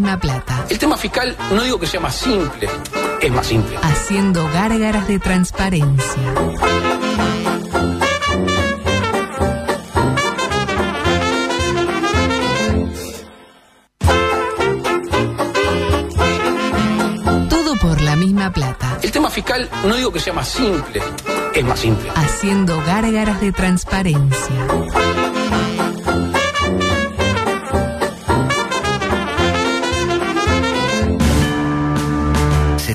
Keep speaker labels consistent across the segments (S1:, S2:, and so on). S1: La Plata.
S2: El tema fiscal no digo que sea más simple, es más simple.
S1: Haciendo gárgaras de transparencia. Todo por la misma plata.
S2: El tema fiscal no digo que sea más simple, es más simple.
S1: Haciendo gárgaras de transparencia.
S3: Se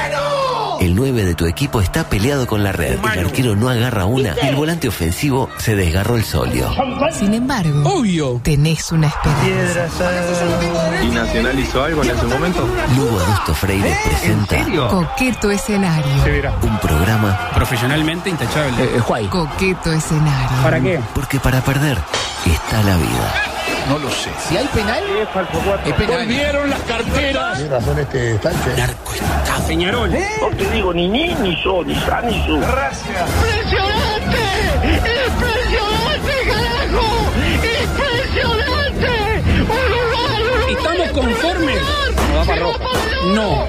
S3: El 9 de tu equipo está peleado con la red, el arquero no agarra una y el volante ofensivo se desgarró el solio.
S1: Sin embargo,
S2: Obvio.
S1: tenés una esperanza.
S4: ¿Y Nacional hizo algo en ese momento?
S3: Lugo Adusto Freire presenta
S1: Coqueto escenario.
S5: Se verá.
S3: un programa
S2: Profesionalmente intachable.
S1: Coqueto escenario.
S5: ¿Para qué?
S3: porque para perder está la vida.
S2: Volvieron las carteras.
S5: Peñarol.
S6: Eh.
S7: ¡Impresionante! ¡Impresionante, carajo! ¡Impresionante! ¡Uruguay, Uruguay!
S2: ¿Estamos conformes?
S7: No da para ropa.
S2: No.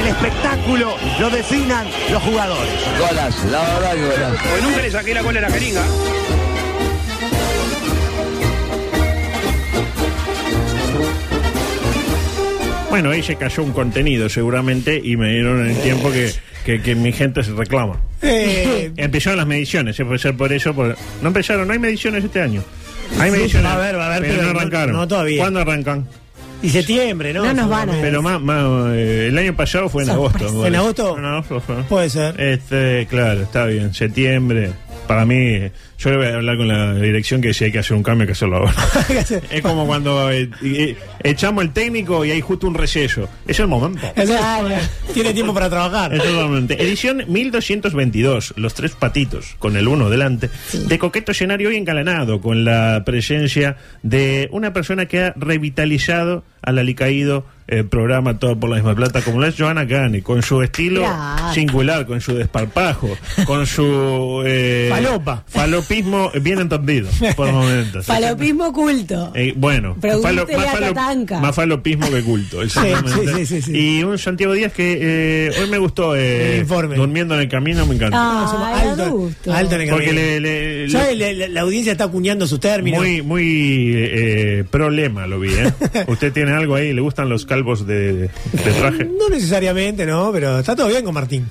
S8: el espectáculo lo definan los jugadores.
S2: Porque nunca le saqué la cola a la jeringa.
S9: Bueno, ahí se cayó un contenido seguramente y me dieron el tiempo que, que- que mi gente se reclama.
S10: Eh,
S9: Empezaron las mediciones, se puede ser por eso. por- No empezaron, no hay mediciones este año. Hay
S10: Sí,
S9: mediciones.
S10: va a haber, va a haber,
S9: pero,
S10: pero
S9: no
S10: no-
S9: arrancaron.
S10: no todavía.
S9: ¿Cuándo arrancan?
S10: Y septiembre, ¿no?
S11: No nos van a-
S9: Pero más, más, eh, el año pasado fue en
S11: Sorpresa.
S9: agosto.
S10: ¿En agosto?
S9: En agosto fue.
S10: Puede ser.
S9: Este, claro, está bien. Septiembre. Para mí, yo le voy a hablar con la dirección que si hay que hacer un cambio, hay que hacerlo ahora. es como cuando eh, eh, echamos el técnico y hay justo un receso. Es el momento.
S11: Claro.
S10: Tiene tiempo para trabajar.
S9: Exactamente. Edición 1222, Los Tres Patitos, con el uno delante, de coqueto escenario hoy engalanado, con la presencia de una persona que ha revitalizado al alicaído eh, programa Todo por la misma plata, como lo es Joana Gani, con su estilo
S11: Gracias.
S9: singular, con su desparpajo, con su... eh,
S10: Falopa.
S9: Falopismo bien entendido, por momentos.
S11: Falopismo oculto.
S9: Eh, bueno,
S11: Pregúntele
S9: falo- más,
S11: a
S9: falo-
S11: Tatanka.
S9: más falopismo que culto. exactamente.
S10: sí, sí, sí, sí.
S9: Y un Santiago Díaz que eh, hoy me gustó. eh,
S10: El informe.
S9: Durmiendo en el camino me encanta.
S11: Ah,
S10: Somos
S11: Ay,
S10: alto,
S11: Adusto.
S10: alto en el
S9: Porque
S10: camino.
S9: le, le- le-
S10: ¿Sabe? La, la- la audiencia está acuñando sus términos.
S9: muy, muy eh, problema lo vi. ¿eh? Usted tiene algo ahí, le gustan los calvos de, de traje.
S10: No necesariamente, no, pero está todo bien con Martín.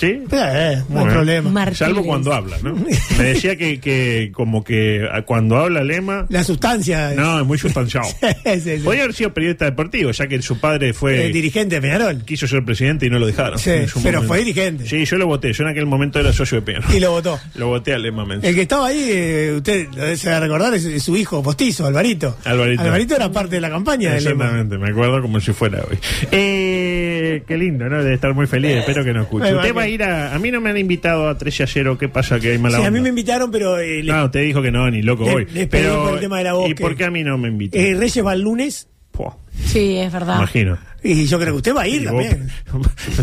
S9: ¿Sí?
S10: Eh, no
S9: Muy
S10: hay
S9: bien.
S10: problema.
S11: Martínez.
S9: Salvo cuando habla, ¿no? Me decía que, que como que ah, cuando habla Lema...
S10: La sustancia.
S9: No, es muy sustanciado.
S10: Sí, sí, sí.
S9: Podría haber sido periodista deportivo, ya que su padre fue...
S10: Eh, dirigente de Peñarol.
S9: quiso ser presidente y no lo dejaron.
S10: Sí,
S9: en su
S10: pero fue dirigente.
S9: Sí, yo lo voté. Yo en aquel momento era socio de Peñarol.
S10: Y lo votó.
S9: Lo voté a Lema Mensa.
S10: El que estaba ahí, eh, usted lo debe saber recordar, es, es su hijo postizo, Alvarito.
S9: Alvarito.
S10: era parte de la campaña del lema.
S9: Exactamente, me acuerdo como si fuera hoy. Eh, qué lindo, ¿no? Debe estar muy feliz,
S10: Eh,
S9: espero que no escuche.
S10: Ahí va,
S9: Usted
S10: que-
S9: va a ir a... A mí no me han invitado a 13 a 0, ¿qué pasa que hay mala
S10: Sí, a
S9: onda?
S10: mí
S9: Ah,
S10: me invitaron, pero eh, le-
S9: No, usted dijo que no, ni loco
S10: Le-
S9: voy.
S10: les pedí
S9: Pero,
S10: por el tema de la voz
S9: ¿Y
S10: que-
S9: por qué a mí no me invitan?
S10: eh, Reyes va el lunes
S9: Puah,
S11: Sí, es verdad.
S9: Imagino.
S10: y yo creo que usted va a ir
S9: Y vos- pues,
S10: también.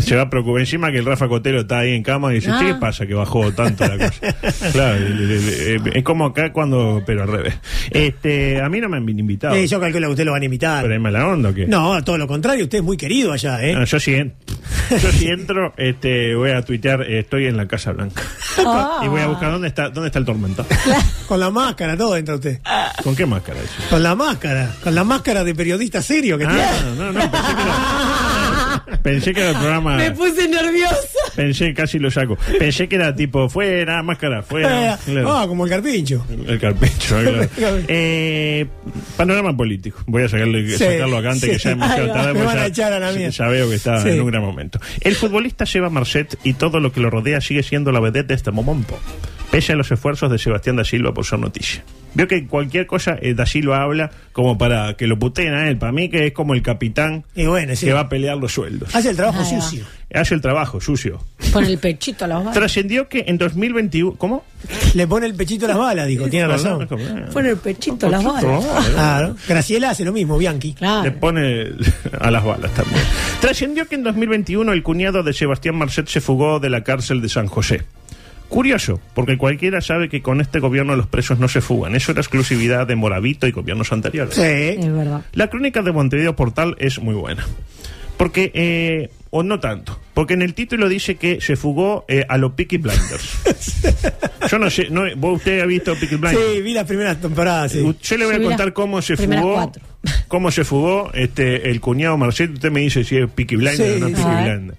S9: se va a preocupar encima que el Rafa Cotelo está ahí en cama y dice,
S11: Ah.
S9: "Che, ¿qué pasa que bajó tanto la cosa? claro, el- el- el- eh, es como acá cuando, pero al revés. Este, a mí no me han invitado.
S10: Eh, yo calculo que usted lo van a invitar.
S9: ¿Pero hay mala onda o qué?
S10: No, todo lo contrario, usted es muy querido allá, ¿eh?
S9: No, yo si, en- yo si entro, este, voy a tuitear, eh, estoy en la Casa Blanca.
S11: Ah.
S9: Y voy a buscar dónde está, dónde está el tormenta.
S10: Con la máscara, todo entra usted.
S9: ¿Con qué máscara eso?
S10: Con la máscara, con la máscara de periodista serio que tiene.
S9: Ah, no, no, pensé que era, pensé que era el programa.
S11: Me puse nerviosa.
S9: Pensé, casi lo saco. Pensé que era tipo, fuera, máscara, fuera.
S10: Eh,
S9: Claro.
S10: ah, como el carpincho.
S9: El carpecho, claro. Eh, panorama político. Voy a sacarle,
S10: Sí,
S9: sacarlo acá antes
S10: sí.
S9: que sea demasiado
S10: Ahí va.
S9: tarde.
S10: Me
S9: porque
S10: van a
S9: ya,
S10: echar a la mierda.
S9: ya veo que está
S10: Sí.
S9: en un gran momento. El futbolista Seba Marcet y todo lo que lo rodea sigue siendo la vedette de este momento. Pese a los esfuerzos de Sebastián da Silva por ser noticia. Veo que cualquier cosa eh, da Silva habla como para que lo puteen a él. Para mí que es como el capitán
S10: Y bueno, sí.
S9: que va a pelear los sueldos.
S10: Hace el trabajo
S11: Ahí va.
S10: sucio.
S9: hace el trabajo, sucio.
S11: Con el pechito a los balas.
S9: Trascendió que en 2021... ¿Cómo?
S10: Le pone el pechito a las balas, dijo. Tiene razón.
S11: Con el pechito a las balas.
S10: Claro. Graciela hace lo mismo, Bianchi.
S9: Le
S11: Claro.
S9: pone a las balas también. Trascendió que en 2021 el cuñado de Sebastián Marcet se fugó de la cárcel de San José. Curioso, porque cualquiera sabe que con este gobierno los presos no se fugan. Eso era exclusividad de Moravito y gobiernos anteriores.
S10: Sí.
S11: Es verdad.
S9: La crónica de Montevideo Portal es muy buena. Porque, eh, o no tanto, porque en el título dice que se fugó eh, a los Peaky Blinders. Yo no sé, no, ¿vos usted ha visto Peaky Blinders?
S10: Sí, vi las primeras temporadas. sí.
S9: Yo le voy a
S11: Yo vi
S9: contar
S11: las
S9: cómo se
S11: primeras
S9: fugó.
S11: cuatro.
S9: Cómo se fugó este, el cuñado Marcet. Usted me dice si es Peaky Blinder
S10: Sí,
S9: o no es
S10: sí.
S9: Peaky
S11: A ver.
S9: Blinder.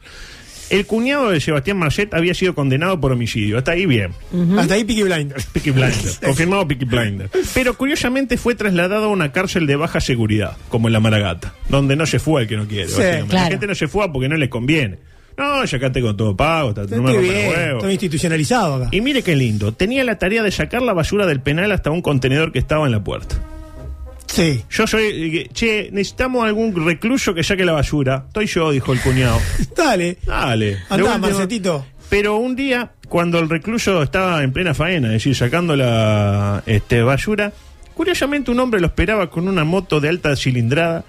S9: El cuñado de Sebastián Marcet había sido condenado por homicidio. Hasta ahí bien.
S10: Hasta ahí Peaky Blinders.
S9: Peaky Blinder. Confirmado Peaky Blinder. Pero curiosamente fue trasladado a una cárcel de baja seguridad, como en la Maragata, donde no se fue el que no quiere.
S10: Sí,
S9: básicamente. La
S11: claro.
S9: gente no se fue porque no les conviene. No, ya acá tengo todo pago, está, no me
S10: Estoy
S9: rompan los
S10: bien,
S9: huevos.
S10: estoy institucionalizado acá.
S9: Y mire qué lindo. Tenía la tarea de sacar la basura del penal hasta un contenedor que estaba en la puerta.
S10: Sí.
S9: Yo soy. eh, Che, necesitamos algún recluso que saque la basura. Estoy yo, dijo el cuñado.
S10: Dale.
S9: Dale. De
S10: Andá,
S9: última-
S10: Marcetito.
S9: Pero un día, cuando el recluso estaba en plena faena, es decir, sacando la este, basura, curiosamente un hombre lo esperaba con una moto de alta cilindrada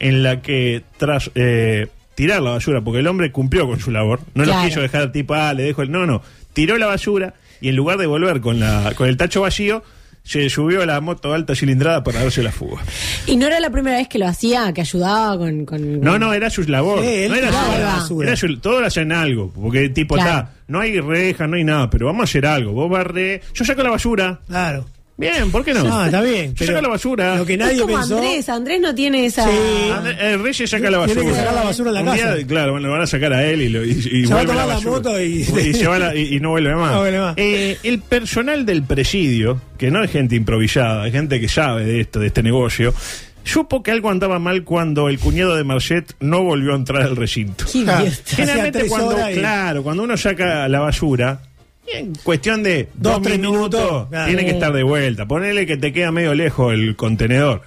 S9: en la que tras eh, tirar la basura, porque el hombre cumplió con su labor, no lo
S11: Claro.
S9: quiso dejar tipo, ah, le dejo el... No, no, tiró la basura y en lugar de volver con, la, con el tacho vacío, se subió a la moto de alta cilindrada para darse la fuga.
S11: Y no era la primera vez que lo hacía, que ayudaba con. con-
S9: No, no, era su labor.
S10: Sí, él
S9: no era
S10: tiraba
S9: su,
S10: la
S9: era
S10: basura.
S9: su- todos hacían algo. Porque, tipo,
S11: Claro.
S9: está, no hay reja, no hay nada, pero vamos a hacer algo. Vos barré. Yo saco la basura.
S10: Claro.
S9: Bien, ¿por qué no?
S10: No, está bien.
S9: Yo saco la basura.
S10: Lo que
S11: Es
S10: nadie
S11: como
S10: pensó.
S11: Andrés. Andrés no tiene esa.
S10: Sí.
S9: André- eh, Reyes saca la basura.
S10: Tiene que sacar la basura en la
S9: Un día,
S10: casa.
S9: claro, bueno, lo van a sacar a él y, lo, y, y
S10: Se va a
S9: vuelve
S10: tomar la
S9: basura.
S10: moto y-
S9: se va la- y- y no vuelve más.
S10: No vuelve más.
S9: Eh, el personal del presidio, que no es gente improvisada, es gente que sabe de esto, de este negocio, supo que algo andaba mal cuando el cuñado de Marchet no volvió a entrar al recinto.
S11: Qué
S10: Ah.
S11: idiota.
S9: Generalmente
S10: tres
S9: cuando,
S10: horas y-
S9: claro, cuando uno saca la basura, en cuestión de dos,
S10: Dos, tres
S9: minutos,
S10: minutos, claro.
S9: tiene que
S11: Sí.
S9: estar de vuelta. Ponele que te queda medio lejos el contenedor.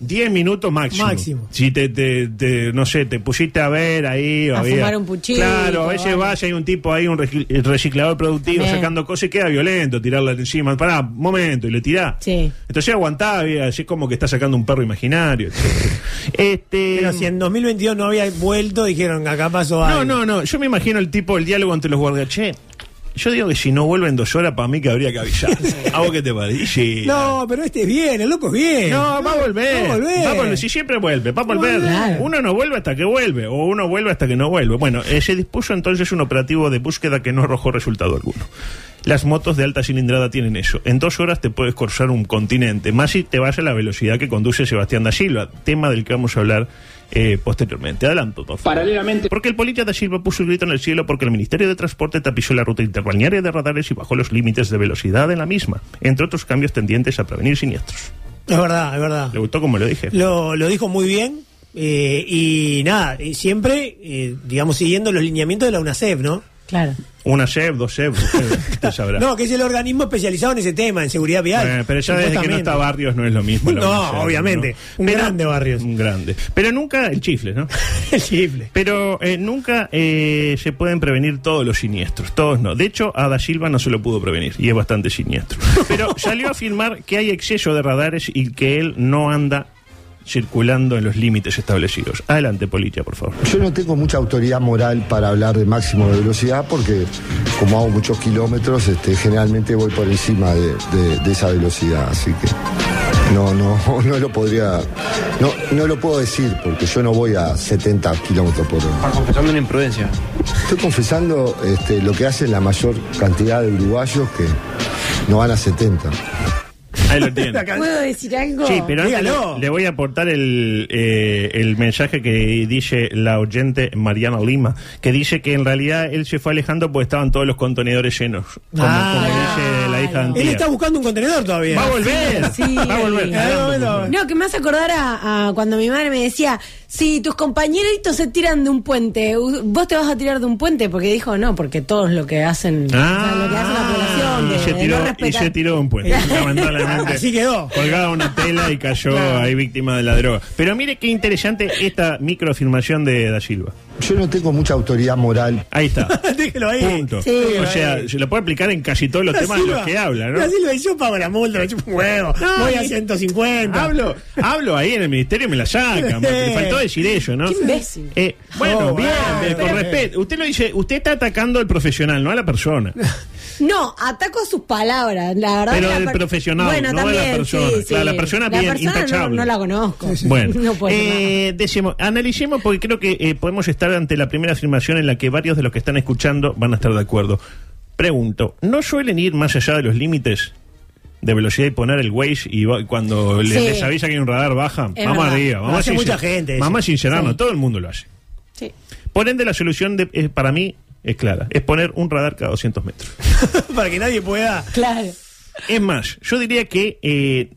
S9: Diez minutos máximo.
S10: Máximo.
S9: Si te, te- te- no sé, te pusiste a ver ahí. o
S11: A
S9: había-
S11: fumar un puchito,
S9: Claro, a veces
S11: algo.
S9: vas y hay un tipo ahí, un recicl- reciclador productivo
S11: También.
S9: sacando cosas y queda violento tirarla encima. Pará, momento, y le tirá.
S11: Sí.
S9: Entonces aguantá, y así es como que está sacando un perro imaginario. etcétera. este,
S10: Pero si en 2022 no había vuelto, dijeron, acá pasó algo.
S9: no, no, no. Yo me imagino el tipo, el diálogo entre los guardias. Che, yo digo que si no vuelven dos horas, para mí que habría que avisar. ¿A vos qué te parece? Sí.
S10: No, pero este es bien, el loco es bien.
S9: No, va a volver.
S10: Eh, Va a volver.
S9: Va a volver. Si siempre vuelve, va a volver.
S11: Claro.
S9: Uno no vuelve hasta que vuelve, o uno vuelve hasta que no vuelve. Bueno, eh, se dispuso entonces un operativo de búsqueda que no arrojó resultado alguno. Las motos de alta cilindrada tienen eso. En dos horas te puedes cruzar un continente, más si te vas a la velocidad que conduce Sebastián da Silva, tema del que vamos a hablar eh, posteriormente. Adelanto, por favor.
S2: Paralelamente.
S9: Porque el polilla da Silva puso el grito en el cielo porque el Ministerio de Transporte tapizó la ruta interbalnearia de radares y bajó los límites de velocidad en la misma, entre otros cambios tendientes a prevenir siniestros.
S10: Es verdad, es verdad.
S9: ¿Le gustó como lo dije?
S10: Lo, lo dijo muy bien. eh, y nada, y siempre, eh, digamos, siguiendo los lineamientos de la UNACEF, ¿no?
S11: Claro.
S9: Una SEB, dos SEB, usted sabrá.
S10: No, que es el organismo especializado en ese tema, en seguridad vial.
S9: Eh, pero ya desde que no está
S10: Supuestamente.
S9: Barrios no es lo mismo. la
S10: No,
S9: UNICEF,
S10: obviamente. Un grande Barrios.
S9: Un grande. Pero nunca el chifle, ¿no?
S10: El chifle.
S9: Pero eh, nunca eh, se pueden prevenir todos los siniestros, todos no. De hecho, a Da Silva no se lo pudo prevenir y es bastante siniestro. Pero salió a afirmar que hay exceso de radares y que él no anda circulando en los límites establecidos. Adelante, Polilla, por favor.
S5: Yo no tengo mucha autoridad moral para hablar de máximo de velocidad porque como hago muchos kilómetros, este, generalmente voy por encima de, de- de esa velocidad, así que no, no, no lo podría, no, no lo puedo decir porque yo no voy a 70 kilómetros por hora.
S4: confesando una imprudencia.
S5: Estoy confesando este, lo que hacen la mayor cantidad de uruguayos que no van a 70.
S9: Ahí lo tiene.
S11: ¿Puedo decir algo?
S9: Sí, pero antes
S10: Dígalo.
S9: le, le voy a aportar el, eh, el mensaje que dice la oyente Mariana Lima, que dice que en realidad él se fue alejando porque estaban todos los contenedores llenos, como,
S10: Ah,
S9: como dice la hija de
S10: Él
S9: Antía.
S10: está buscando un contenedor todavía.
S9: Va a volver,
S11: Sí.
S9: va a volver.
S11: En
S10: algún momento-
S11: No, que me hace acordar a, a cuando mi madre me decía, si tus compañeritos se tiran de un puente, u- vos te vas a tirar de un puente, porque dijo, no, porque todos lo que hacen, o sea, lo que hace la población.
S9: Ah, y
S11: de-
S9: se
S11: de
S9: tiró,
S11: no
S9: y
S11: respetar.
S9: se tiró de un puente. lamentablemente.
S10: Así quedó.
S9: Colgaba una tela y cayó ahí víctima de la droga. Pero mire qué interesante esta microafirmación de Da Silva.
S5: Yo no tengo mucha autoridad moral.
S9: Ahí está.
S10: Déjelo ahí.
S9: Punto.
S11: Sí.
S9: o sea, se lo puede aplicar en casi todos los
S10: Da
S9: temas de los
S10: Silva.
S9: que habla, ¿no?
S10: Da Silva, y yo pago la multa, me chupo un huevo.
S9: No,
S10: Voy a
S9: y-
S10: 150.
S9: Hablo, hablo ahí en el ministerio y me la sacan. porque le faltó decir ello, ¿no?
S11: Qué imbécil.
S9: Eh, bueno,
S10: No,
S9: bien,
S10: bueno,
S9: bien, con
S10: bien.
S9: respeto. Usted lo dice, usted está atacando al profesional, no a la persona.
S11: No, ataco sus palabras, la verdad.
S9: Pero
S11: la
S9: del
S11: per-
S9: profesional, no de la persona. Claro, la persona bien,
S11: no-
S9: intachable.
S11: No, la conozco.
S9: Bueno,
S11: No puedo
S9: eh, decimos, analicemos porque creo que eh, podemos estar ante la primera afirmación en la que varios de los que están escuchando van a estar de acuerdo. Pregunto, ¿no suelen ir más allá de los límites de velocidad y poner el Waze y va- cuando les,
S11: Sí.
S9: les avisa que hay un radar baja?
S11: Es
S9: Vamos
S11: verdad.
S9: arriba,
S10: Lo
S9: vamos
S10: hace
S9: a
S10: mucha
S9: sincer-
S10: gente eso.
S9: Vamos a sincerarnos,
S11: Sí.
S9: todo el mundo lo hace.
S11: Sí.
S9: Por ende, la solución de- eh, para mí es clara, es poner un radar cada 200 metros.
S10: Para que nadie pueda.
S11: Claro.
S9: Es más, yo diría que eh,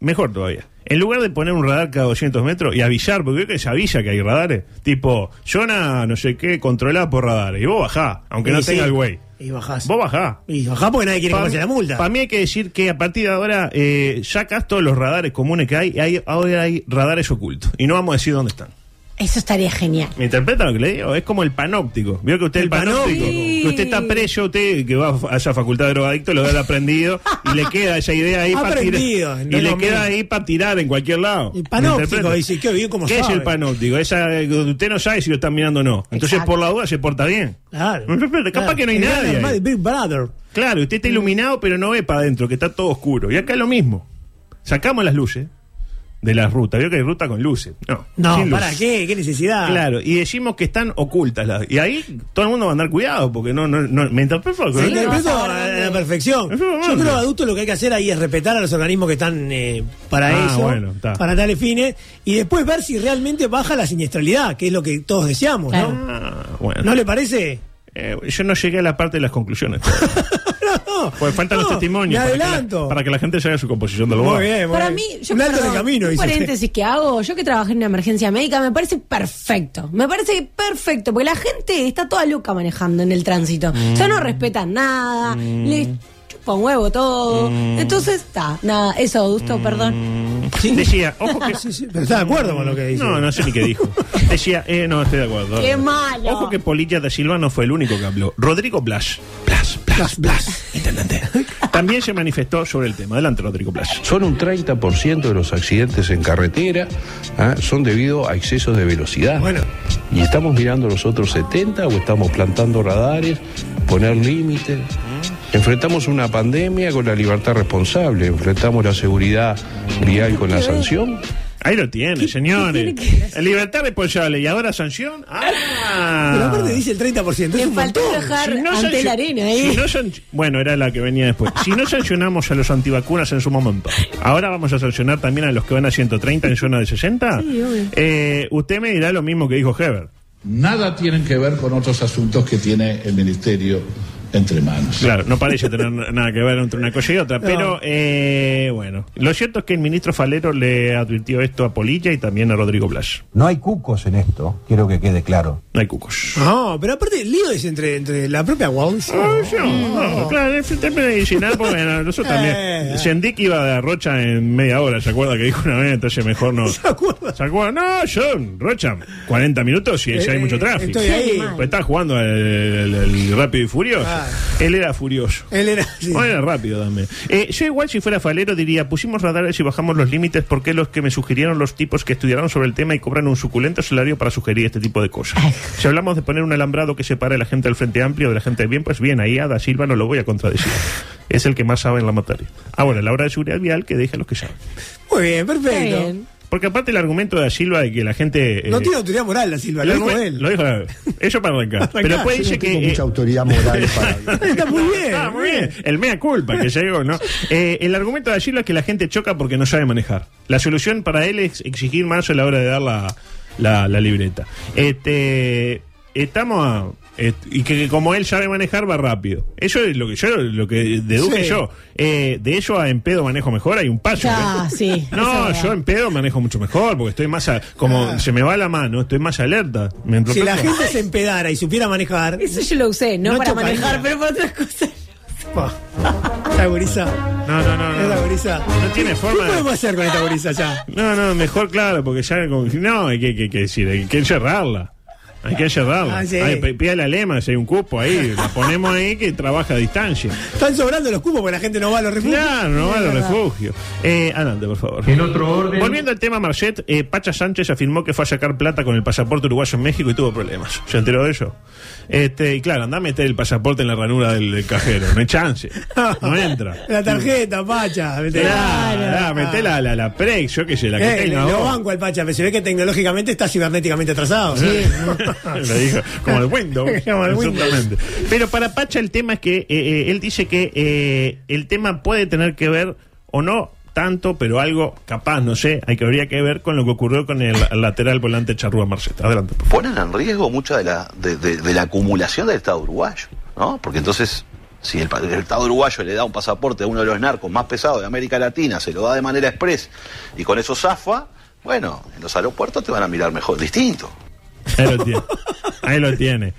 S9: mejor todavía. En lugar de poner un radar cada 200 metros y avisar, porque creo que se avisa que hay radares, tipo, zona no sé qué, controlada por radares, y vos bajá, aunque no
S10: Y sí,
S9: tenga el güey.
S10: Y bajás.
S9: Vos bajá.
S10: Y bajás porque nadie quiere comerse la multa.
S9: Para mí hay que decir que a partir de ahora eh, sacas todos los radares comunes que hay, y hay- ahora hay radares ocultos, y no vamos a decir dónde están.
S11: Eso estaría genial.
S9: ¿Me interpreta lo que le digo? Es como el panóptico. Vio que usted el,
S10: El
S9: panóptico,
S10: panóptico.
S9: que usted está preso, usted que va a esa facultad de drogadicto, lo da aprendido y le queda esa idea ahí para tirar.
S10: Aprendido,
S9: Y
S10: no
S9: le
S10: lo
S9: queda
S10: mismo.
S9: ahí para tirar en cualquier lado.
S10: El
S9: ¿Me
S10: panóptico,
S9: interpreta?
S10: dice, qué bien, cómo
S9: ¿Qué es
S10: sabe?
S9: el panóptico? Esa, eh, usted no sabe si lo están mirando o no. Entonces,
S11: Exacto.
S9: por la duda, se porta bien.
S10: Claro.
S9: Me interpreta, Capaz
S10: Claro.
S9: que no hay
S10: El Mm. gran
S9: nadie.
S10: hermano de
S9: ahí.
S10: Big Brother.
S9: Claro, usted está iluminado, pero no ve para adentro, que está todo oscuro. Y acá es lo mismo. Sacamos las luces de las rutas. Vio que hay ruta con luces. No,
S10: No,
S9: sin
S10: ¿para
S9: luces.
S10: qué? ¿Qué necesidad?
S9: Claro, y decimos que están ocultas. las- y ahí todo el mundo va a andar cuidado, porque no, no, no me interpreto.
S10: Se interpretó
S11: No,
S10: a
S11: no,
S10: la
S11: no.
S10: perfección.
S9: Es un
S10: Yo
S9: mundo.
S10: creo, adulto, lo que hay que hacer ahí es respetar a los organismos que están eh, para
S9: Ah,
S10: eso,
S9: bueno, está.
S10: para tales fines, y después ver si realmente baja la siniestralidad, que es lo que todos deseamos,
S11: Claro.
S10: ¿no?
S9: Ah, bueno.
S10: ¿No le parece?
S9: Eh, yo no llegué a la parte de las conclusiones.
S10: No,
S9: Pues faltan los
S10: no,
S9: testimonios.
S10: Me
S9: para que la-
S10: adelanto.
S9: Para que la gente se haga su composición del lugar.
S10: muy bien, muy
S11: Para
S10: bien.
S11: mí, yo
S10: un alto
S11: perdón,
S10: de camino,
S11: un
S10: dice usted.
S11: paréntesis que hago, yo que trabajé en una emergencia médica, me parece perfecto. Me parece perfecto, porque la gente está toda loca manejando en el tránsito.
S9: Mm.
S11: O sea, no respetan nada, les chupa un huevo todo.
S9: Mm.
S11: Entonces, está, nada, eso, Augusto, perdón.
S9: Decía, ojo que.
S10: Sí, sí, pero está de acuerdo con lo que dice.
S9: No, no sé ni qué dijo. Decía, eh, no, estoy de acuerdo.
S11: Qué malo.
S9: Ojo que Polilla da Silva no fue el único que habló. Rodrigo Blas. Blas, Blas, Blas. Intendente. También se manifestó sobre el tema. Adelante, Rodrigo Blas.
S4: Son un 30% de los accidentes en carretera, ¿ah? son debido a excesos de velocidad.
S10: Bueno.
S4: Y estamos mirando los otros 70 o estamos plantando radares, poner límites.
S6: Mm.
S4: Enfrentamos una pandemia con la libertad responsable, enfrentamos la seguridad vial con la sanción.
S9: Ahí lo tiene, señores.
S11: qué tiene
S9: Libertad responsable y ahora sanción. ¡Ah!
S10: Pero aparte dice el 30%, es
S11: Le
S10: un
S11: faltó
S10: montón.
S11: dejar
S9: Si no
S11: ante
S9: sancio-
S11: la arena, ¿eh?
S9: si no san- bueno, era la que venía después. Si no sancionamos a los antivacunas en su momento, ahora vamos a sancionar también a los que van a 130 en zona de 60.
S11: Sí, obvio.
S9: Eh, usted me dirá lo mismo que dijo Heber.
S12: Nada tienen que ver con otros asuntos que tiene el Ministerio entre manos.
S9: Claro, no parece tener nada que ver entre una cosa y otra, pero eh, bueno, lo cierto es que el ministro Falero le advirtió esto a Polilla y también a Rodrigo Blas.
S8: No hay cucos en esto, quiero que quede claro.
S9: No hay cucos.
S10: No, pero aparte, el lío es entre, entre la propia Wallis.
S9: Ah, yo, no, claro, el frente medicinal, porque bueno, nosotros también.
S10: Mm. Eh.
S9: Sentí que iba de Rocha en media hora, ¿se acuerda que dijo una vez? Entonces mejor no.
S10: ¿Se acuerda?
S9: ¿Se acuerda? No, yo, Rocha, 40 minutos y ya hay
S10: Eh,
S9: mucho tráfico.
S10: Estoy ahí.
S11: mal.
S9: Pues está jugando el, el- el Rápido y Furioso.
S10: Ah.
S9: Él era furioso.
S10: Él era. sí.
S9: Bueno, era rápido también. Eh, yo igual si fuera falero diría, pusimos radares y bajamos los límites porque los que me sugirieron los tipos que estudiaron sobre el tema y cobran un suculento salario para sugerir este tipo de cosas. Si hablamos de poner un alambrado que separe a la gente del Frente Amplio de la gente de bien, pues bien, ahí Ada Silva no lo voy a contradecir. Es el que más sabe en la materia. Ahora, la hora de seguridad vial que deje a los que saben.
S10: Muy bien,
S11: Está
S10: perfecto.
S11: bien.
S9: Porque aparte el argumento de Da Silva de que la gente... eh,
S10: No tiene autoridad moral la Silva,
S9: lo,
S10: lo
S9: dijo,
S10: dijo él.
S9: lo dijo él. Eso para arrancar.
S10: Arrancá,
S9: Pero puede
S5: Yo
S9: decir
S5: no tengo
S9: que... eh,
S5: mucha autoridad moral para
S10: Está muy bien.
S9: Ah, muy bien. El mea culpa que llegó, ¿no? Eh, el argumento de Gilo es que la gente choca porque no sabe manejar. La solución para él es exigir más a la hora de dar la, la- la libreta. Este, estamos a- et- y que, que como él sabe manejar va rápido. Eso es lo que yo lo que deduje
S10: Sí.
S9: yo. Eh, de eso a en pedo manejo mejor hay un paso.
S11: Ah,
S9: ¿eh?
S11: sí, eso
S9: No,
S11: es
S9: yo en pedo manejo mucho mejor porque estoy más a- como se me va la mano, estoy más alerta. ¿Me
S10: Ah. Si la
S9: interpreto?
S10: gente se empedara y supiera manejar.
S11: Eso yo lo usé, no,
S10: No
S11: para
S10: chocaría.
S11: manejar, pero para otras cosas.
S10: pa. Esta gurisa.
S9: No, no, no.
S10: Esta
S9: no.
S10: gurisa.
S9: Ah. No tiene forma
S10: ¿Qué
S9: de...
S10: podemos hacer con esta gurisa ya?
S9: No, no, mejor claro, porque ya con- no, hay que, que- que decir, hay que encerrarla. Hay que encerrarla.
S10: Ah, sí.
S9: Ay, pe- pídale a Lema si hay un cupo ahí, la ponemos ahí que trabaja a distancia.
S10: Están sobrando los cupos porque la gente no va a los refugios.
S9: Claro, no va a los refugios. Eh, adelante, por favor. En otro orden. Volviendo al tema Marchet, eh, Pacha Sánchez afirmó que fue a sacar plata con el pasaporte uruguayo en México y tuvo problemas. ¿Se enteró de eso? Este, y claro, anda a meter el pasaporte en la ranura del, del cajero. No hay chance. No entra.
S10: La tarjeta, pacha. Meté
S9: Claro, Ah, meté la, la, la Prex, yo qué sé, la que
S10: Eh,
S9: tenga
S10: lo
S9: vos.
S10: banco al Pacha, pero se ve que tecnológicamente está cibernéticamente atrasado. Eh,
S9: Lo dijo, como el Windows.
S10: Como el Windows.
S9: Exactamente. Pero para Pacha el tema es que eh, eh, él dice que eh, el tema puede tener que ver o no tanto, pero algo capaz, no sé, hay que habría que ver con lo que ocurrió con el lateral volante Charrúa Marceta. Adelante. por favor.
S13: ponen en riesgo mucha de la, de, de- de la acumulación del Estado uruguayo, ¿no? Porque entonces, si el, pa- el Estado uruguayo le da un pasaporte a uno de los narcos más pesados de América Latina, se lo da de manera express y con eso zafa, bueno, en los aeropuertos te van a mirar mejor, distinto.
S9: Ahí lo tiene. Ahí lo tiene.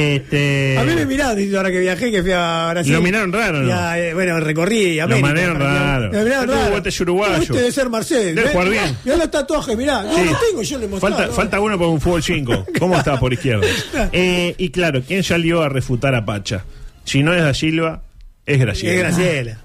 S9: Este,
S10: a mí me miraron diciendo, ahora que viajé, que fui a Brasil.
S9: Lo miraron raro, ¿no?
S10: Ya, eh, bueno, recorrí América.
S9: miraron
S10: prácticamente.
S9: raro.
S10: Lo miraron
S9: Este
S10: raro.
S9: bote es uruguayo.
S10: Este debe ser Marcelo.
S9: Debe jugar bien.
S10: Mirá los tatuajes, mirá. No,
S9: Sí.
S10: no tengo, yo le mostré.
S9: Falta, falta uno por un fútbol 5. ¿Cómo está por izquierda? Eh, y claro, ¿quién salió a refutar a Pacha? Si no es Da Silva, es Graciela.
S10: Es Graciela.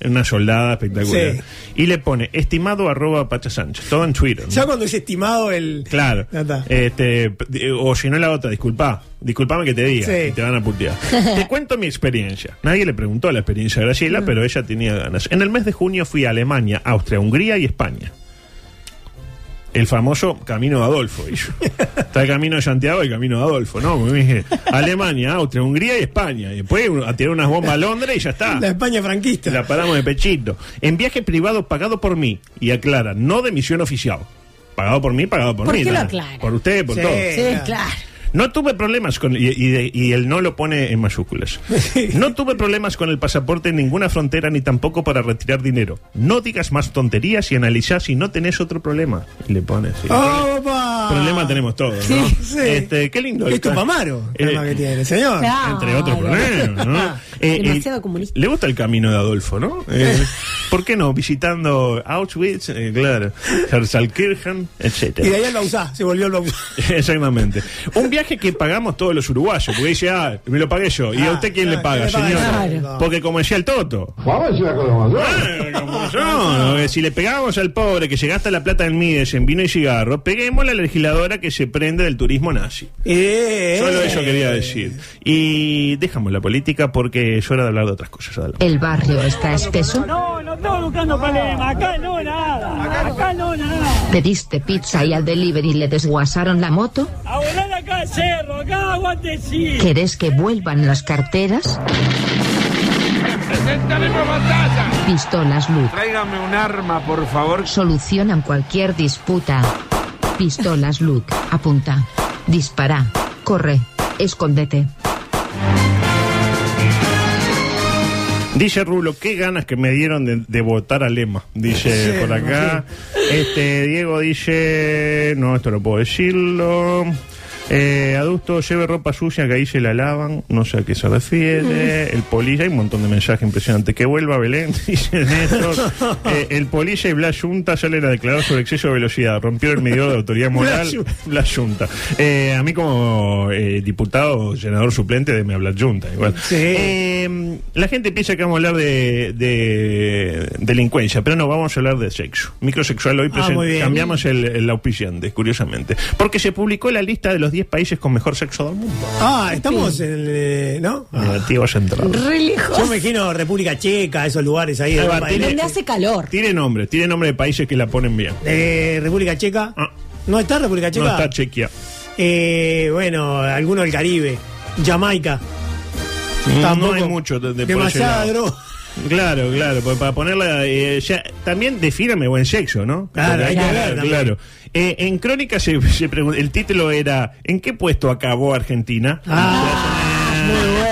S9: Una soldada espectacular.
S10: Sí.
S9: Y le pone estimado arroba Pacha Sánchez. Todo en Twitter. ¿no?
S10: Ya cuando es estimado el.
S9: Claro.
S10: Ya está.
S9: Este, p- eh, o si no la otra, disculpa. Disculpame que te diga.
S10: Sí.
S9: y Te van a putear. te cuento mi experiencia. Nadie le preguntó la experiencia de
S10: Mm.
S9: Graciela, pero ella tenía ganas. En el mes de junio fui a Alemania, Austria, Hungría y España. El famoso Camino de Adolfo. hizo. Está el Camino de Santiago y el Camino de Adolfo, ¿no? Porque dije, Alemania, Austria, Hungría y España. Y después a tirar unas bombas a Londres y ya está.
S10: La España franquista.
S9: ah. La paramos de pechito. En viaje privado pagado por mí. Y aclara, no de misión oficial. Pagado por mí, pagado por,
S11: ¿Por
S9: mí.
S11: qué lo
S9: ¿no?
S11: aclara?
S9: Por usted, por
S10: Sí.
S9: todo.
S11: Sí, claro.
S9: No tuve problemas con... Y, y de- y el no lo pone en mayúsculas. No tuve problemas con el pasaporte en ninguna frontera ni tampoco para retirar dinero. No digas más tonterías y analizás si no tenés otro problema. Y le pone así.
S10: ¡Oh, papá!
S9: Problema tenemos todos, ¿no?
S10: Sí, sí.
S9: Este, qué lindo.
S10: Es tu Pamaro, el
S9: Eh,
S10: problema que tiene, señor.
S11: Claro.
S9: entre
S10: Ah,
S9: otros problemas, ¿no? Eh,
S11: Demasiado
S9: eh,
S11: comunista.
S9: Le gusta el camino de Adolfo, ¿no? Eh, ¿Por qué no? Visitando Auschwitz, eh, claro, Hersalkirchen,
S10: Y de ahí
S9: etc.
S10: al Bausá, se volvió el Bausá.
S9: Exactamente. Un viaje que pagamos todos los uruguayos, porque dice, ah, me lo pagué yo. ¿Y a
S10: Ah,
S9: usted quién
S10: claro,
S9: le paga,
S10: ¿quién le
S9: señor?
S10: paga? Claro.
S9: Porque como decía el Toto. Ah, como yo, eh, si le pegamos al pobre que se gasta la plata en Mides, en vino y cigarro, peguemos a la legisladora que se prende del turismo nazi.
S10: Eh,
S9: Solo
S10: eh.
S9: eso quería decir. Y dejamos la política porque es hora de hablar de otras cosas. adelante.
S1: El barrio está espeso.
S7: No, no estamos buscando problemas. Acá no nada. Acá no nada.
S1: Pediste pizza y al delivery le desguasaron la moto.
S7: A volar acá al cerro. Acá aguante sí.
S1: ¿Querés que vuelvan las carteras? Pistolas Luz.
S8: Tráigame un arma, por favor.
S1: Solucionan cualquier disputa. Pistolas Luke. Apunta. Dispara. Corre. Escóndete.
S9: Dice Rulo, qué ganas que me dieron de, de votar a Lema. Dice
S10: Sí,
S9: por
S10: me
S9: acá. Este Diego dice, no, esto no puedo decirlo. Eh, adusto, lleve ropa sucia que ahí se la lavan, no sé a qué se
S10: Mm.
S9: refiere. El polilla, hay un montón de mensajes impresionantes. Que vuelva Belén, dice Néstor. Eh, el polilla y Blas Junta salen a declarar sobre exceso de velocidad. Rompió el medidor de autoridad moral.
S10: Blas Yunta.
S9: La Junta. Eh, a mí como eh, diputado, senador suplente de Me Habla Junta. Igual.
S10: Sí.
S9: Eh, la gente piensa que vamos a hablar de, de delincuencia, pero no, vamos a hablar de sexo. Microsexual hoy
S10: Ah,
S9: presen-
S10: muy bien.
S9: cambiamos el, el auspiciante, curiosamente. Porque se publicó la lista de los 10 países con mejor sexo del mundo.
S10: Ah, estamos en el. eh, ¿No?
S9: Ah, tío, vas a entrar.
S11: Re lejos.
S10: Yo me imagino República Checa, esos lugares ahí.
S9: Ahí
S10: de
S9: va,
S10: Europa del
S9: tiene-
S11: Donde
S10: Este.
S11: hace calor.
S9: Tiene nombre, tiene nombre de países que la ponen bien.
S10: Eh, República Checa.
S9: Ah.
S10: ¿No está República Checa?
S9: No está Chequia.
S10: Eh, bueno, alguno del Caribe. Jamaica.
S9: Mm, No
S10: Tampoco.
S9: hay mucho de, de por ese
S10: Demasiada
S9: lado.
S10: droga.
S9: Claro, claro, porque para ponerla. eh, ya- también defíname buen sexo, ¿no?
S10: Claro,
S9: Porque
S10: hay que ver también.
S9: Claro. Eh, en Crónica se, se pregun- el título era: ¿En qué puesto acabó Argentina?
S10: Ah, muy bueno.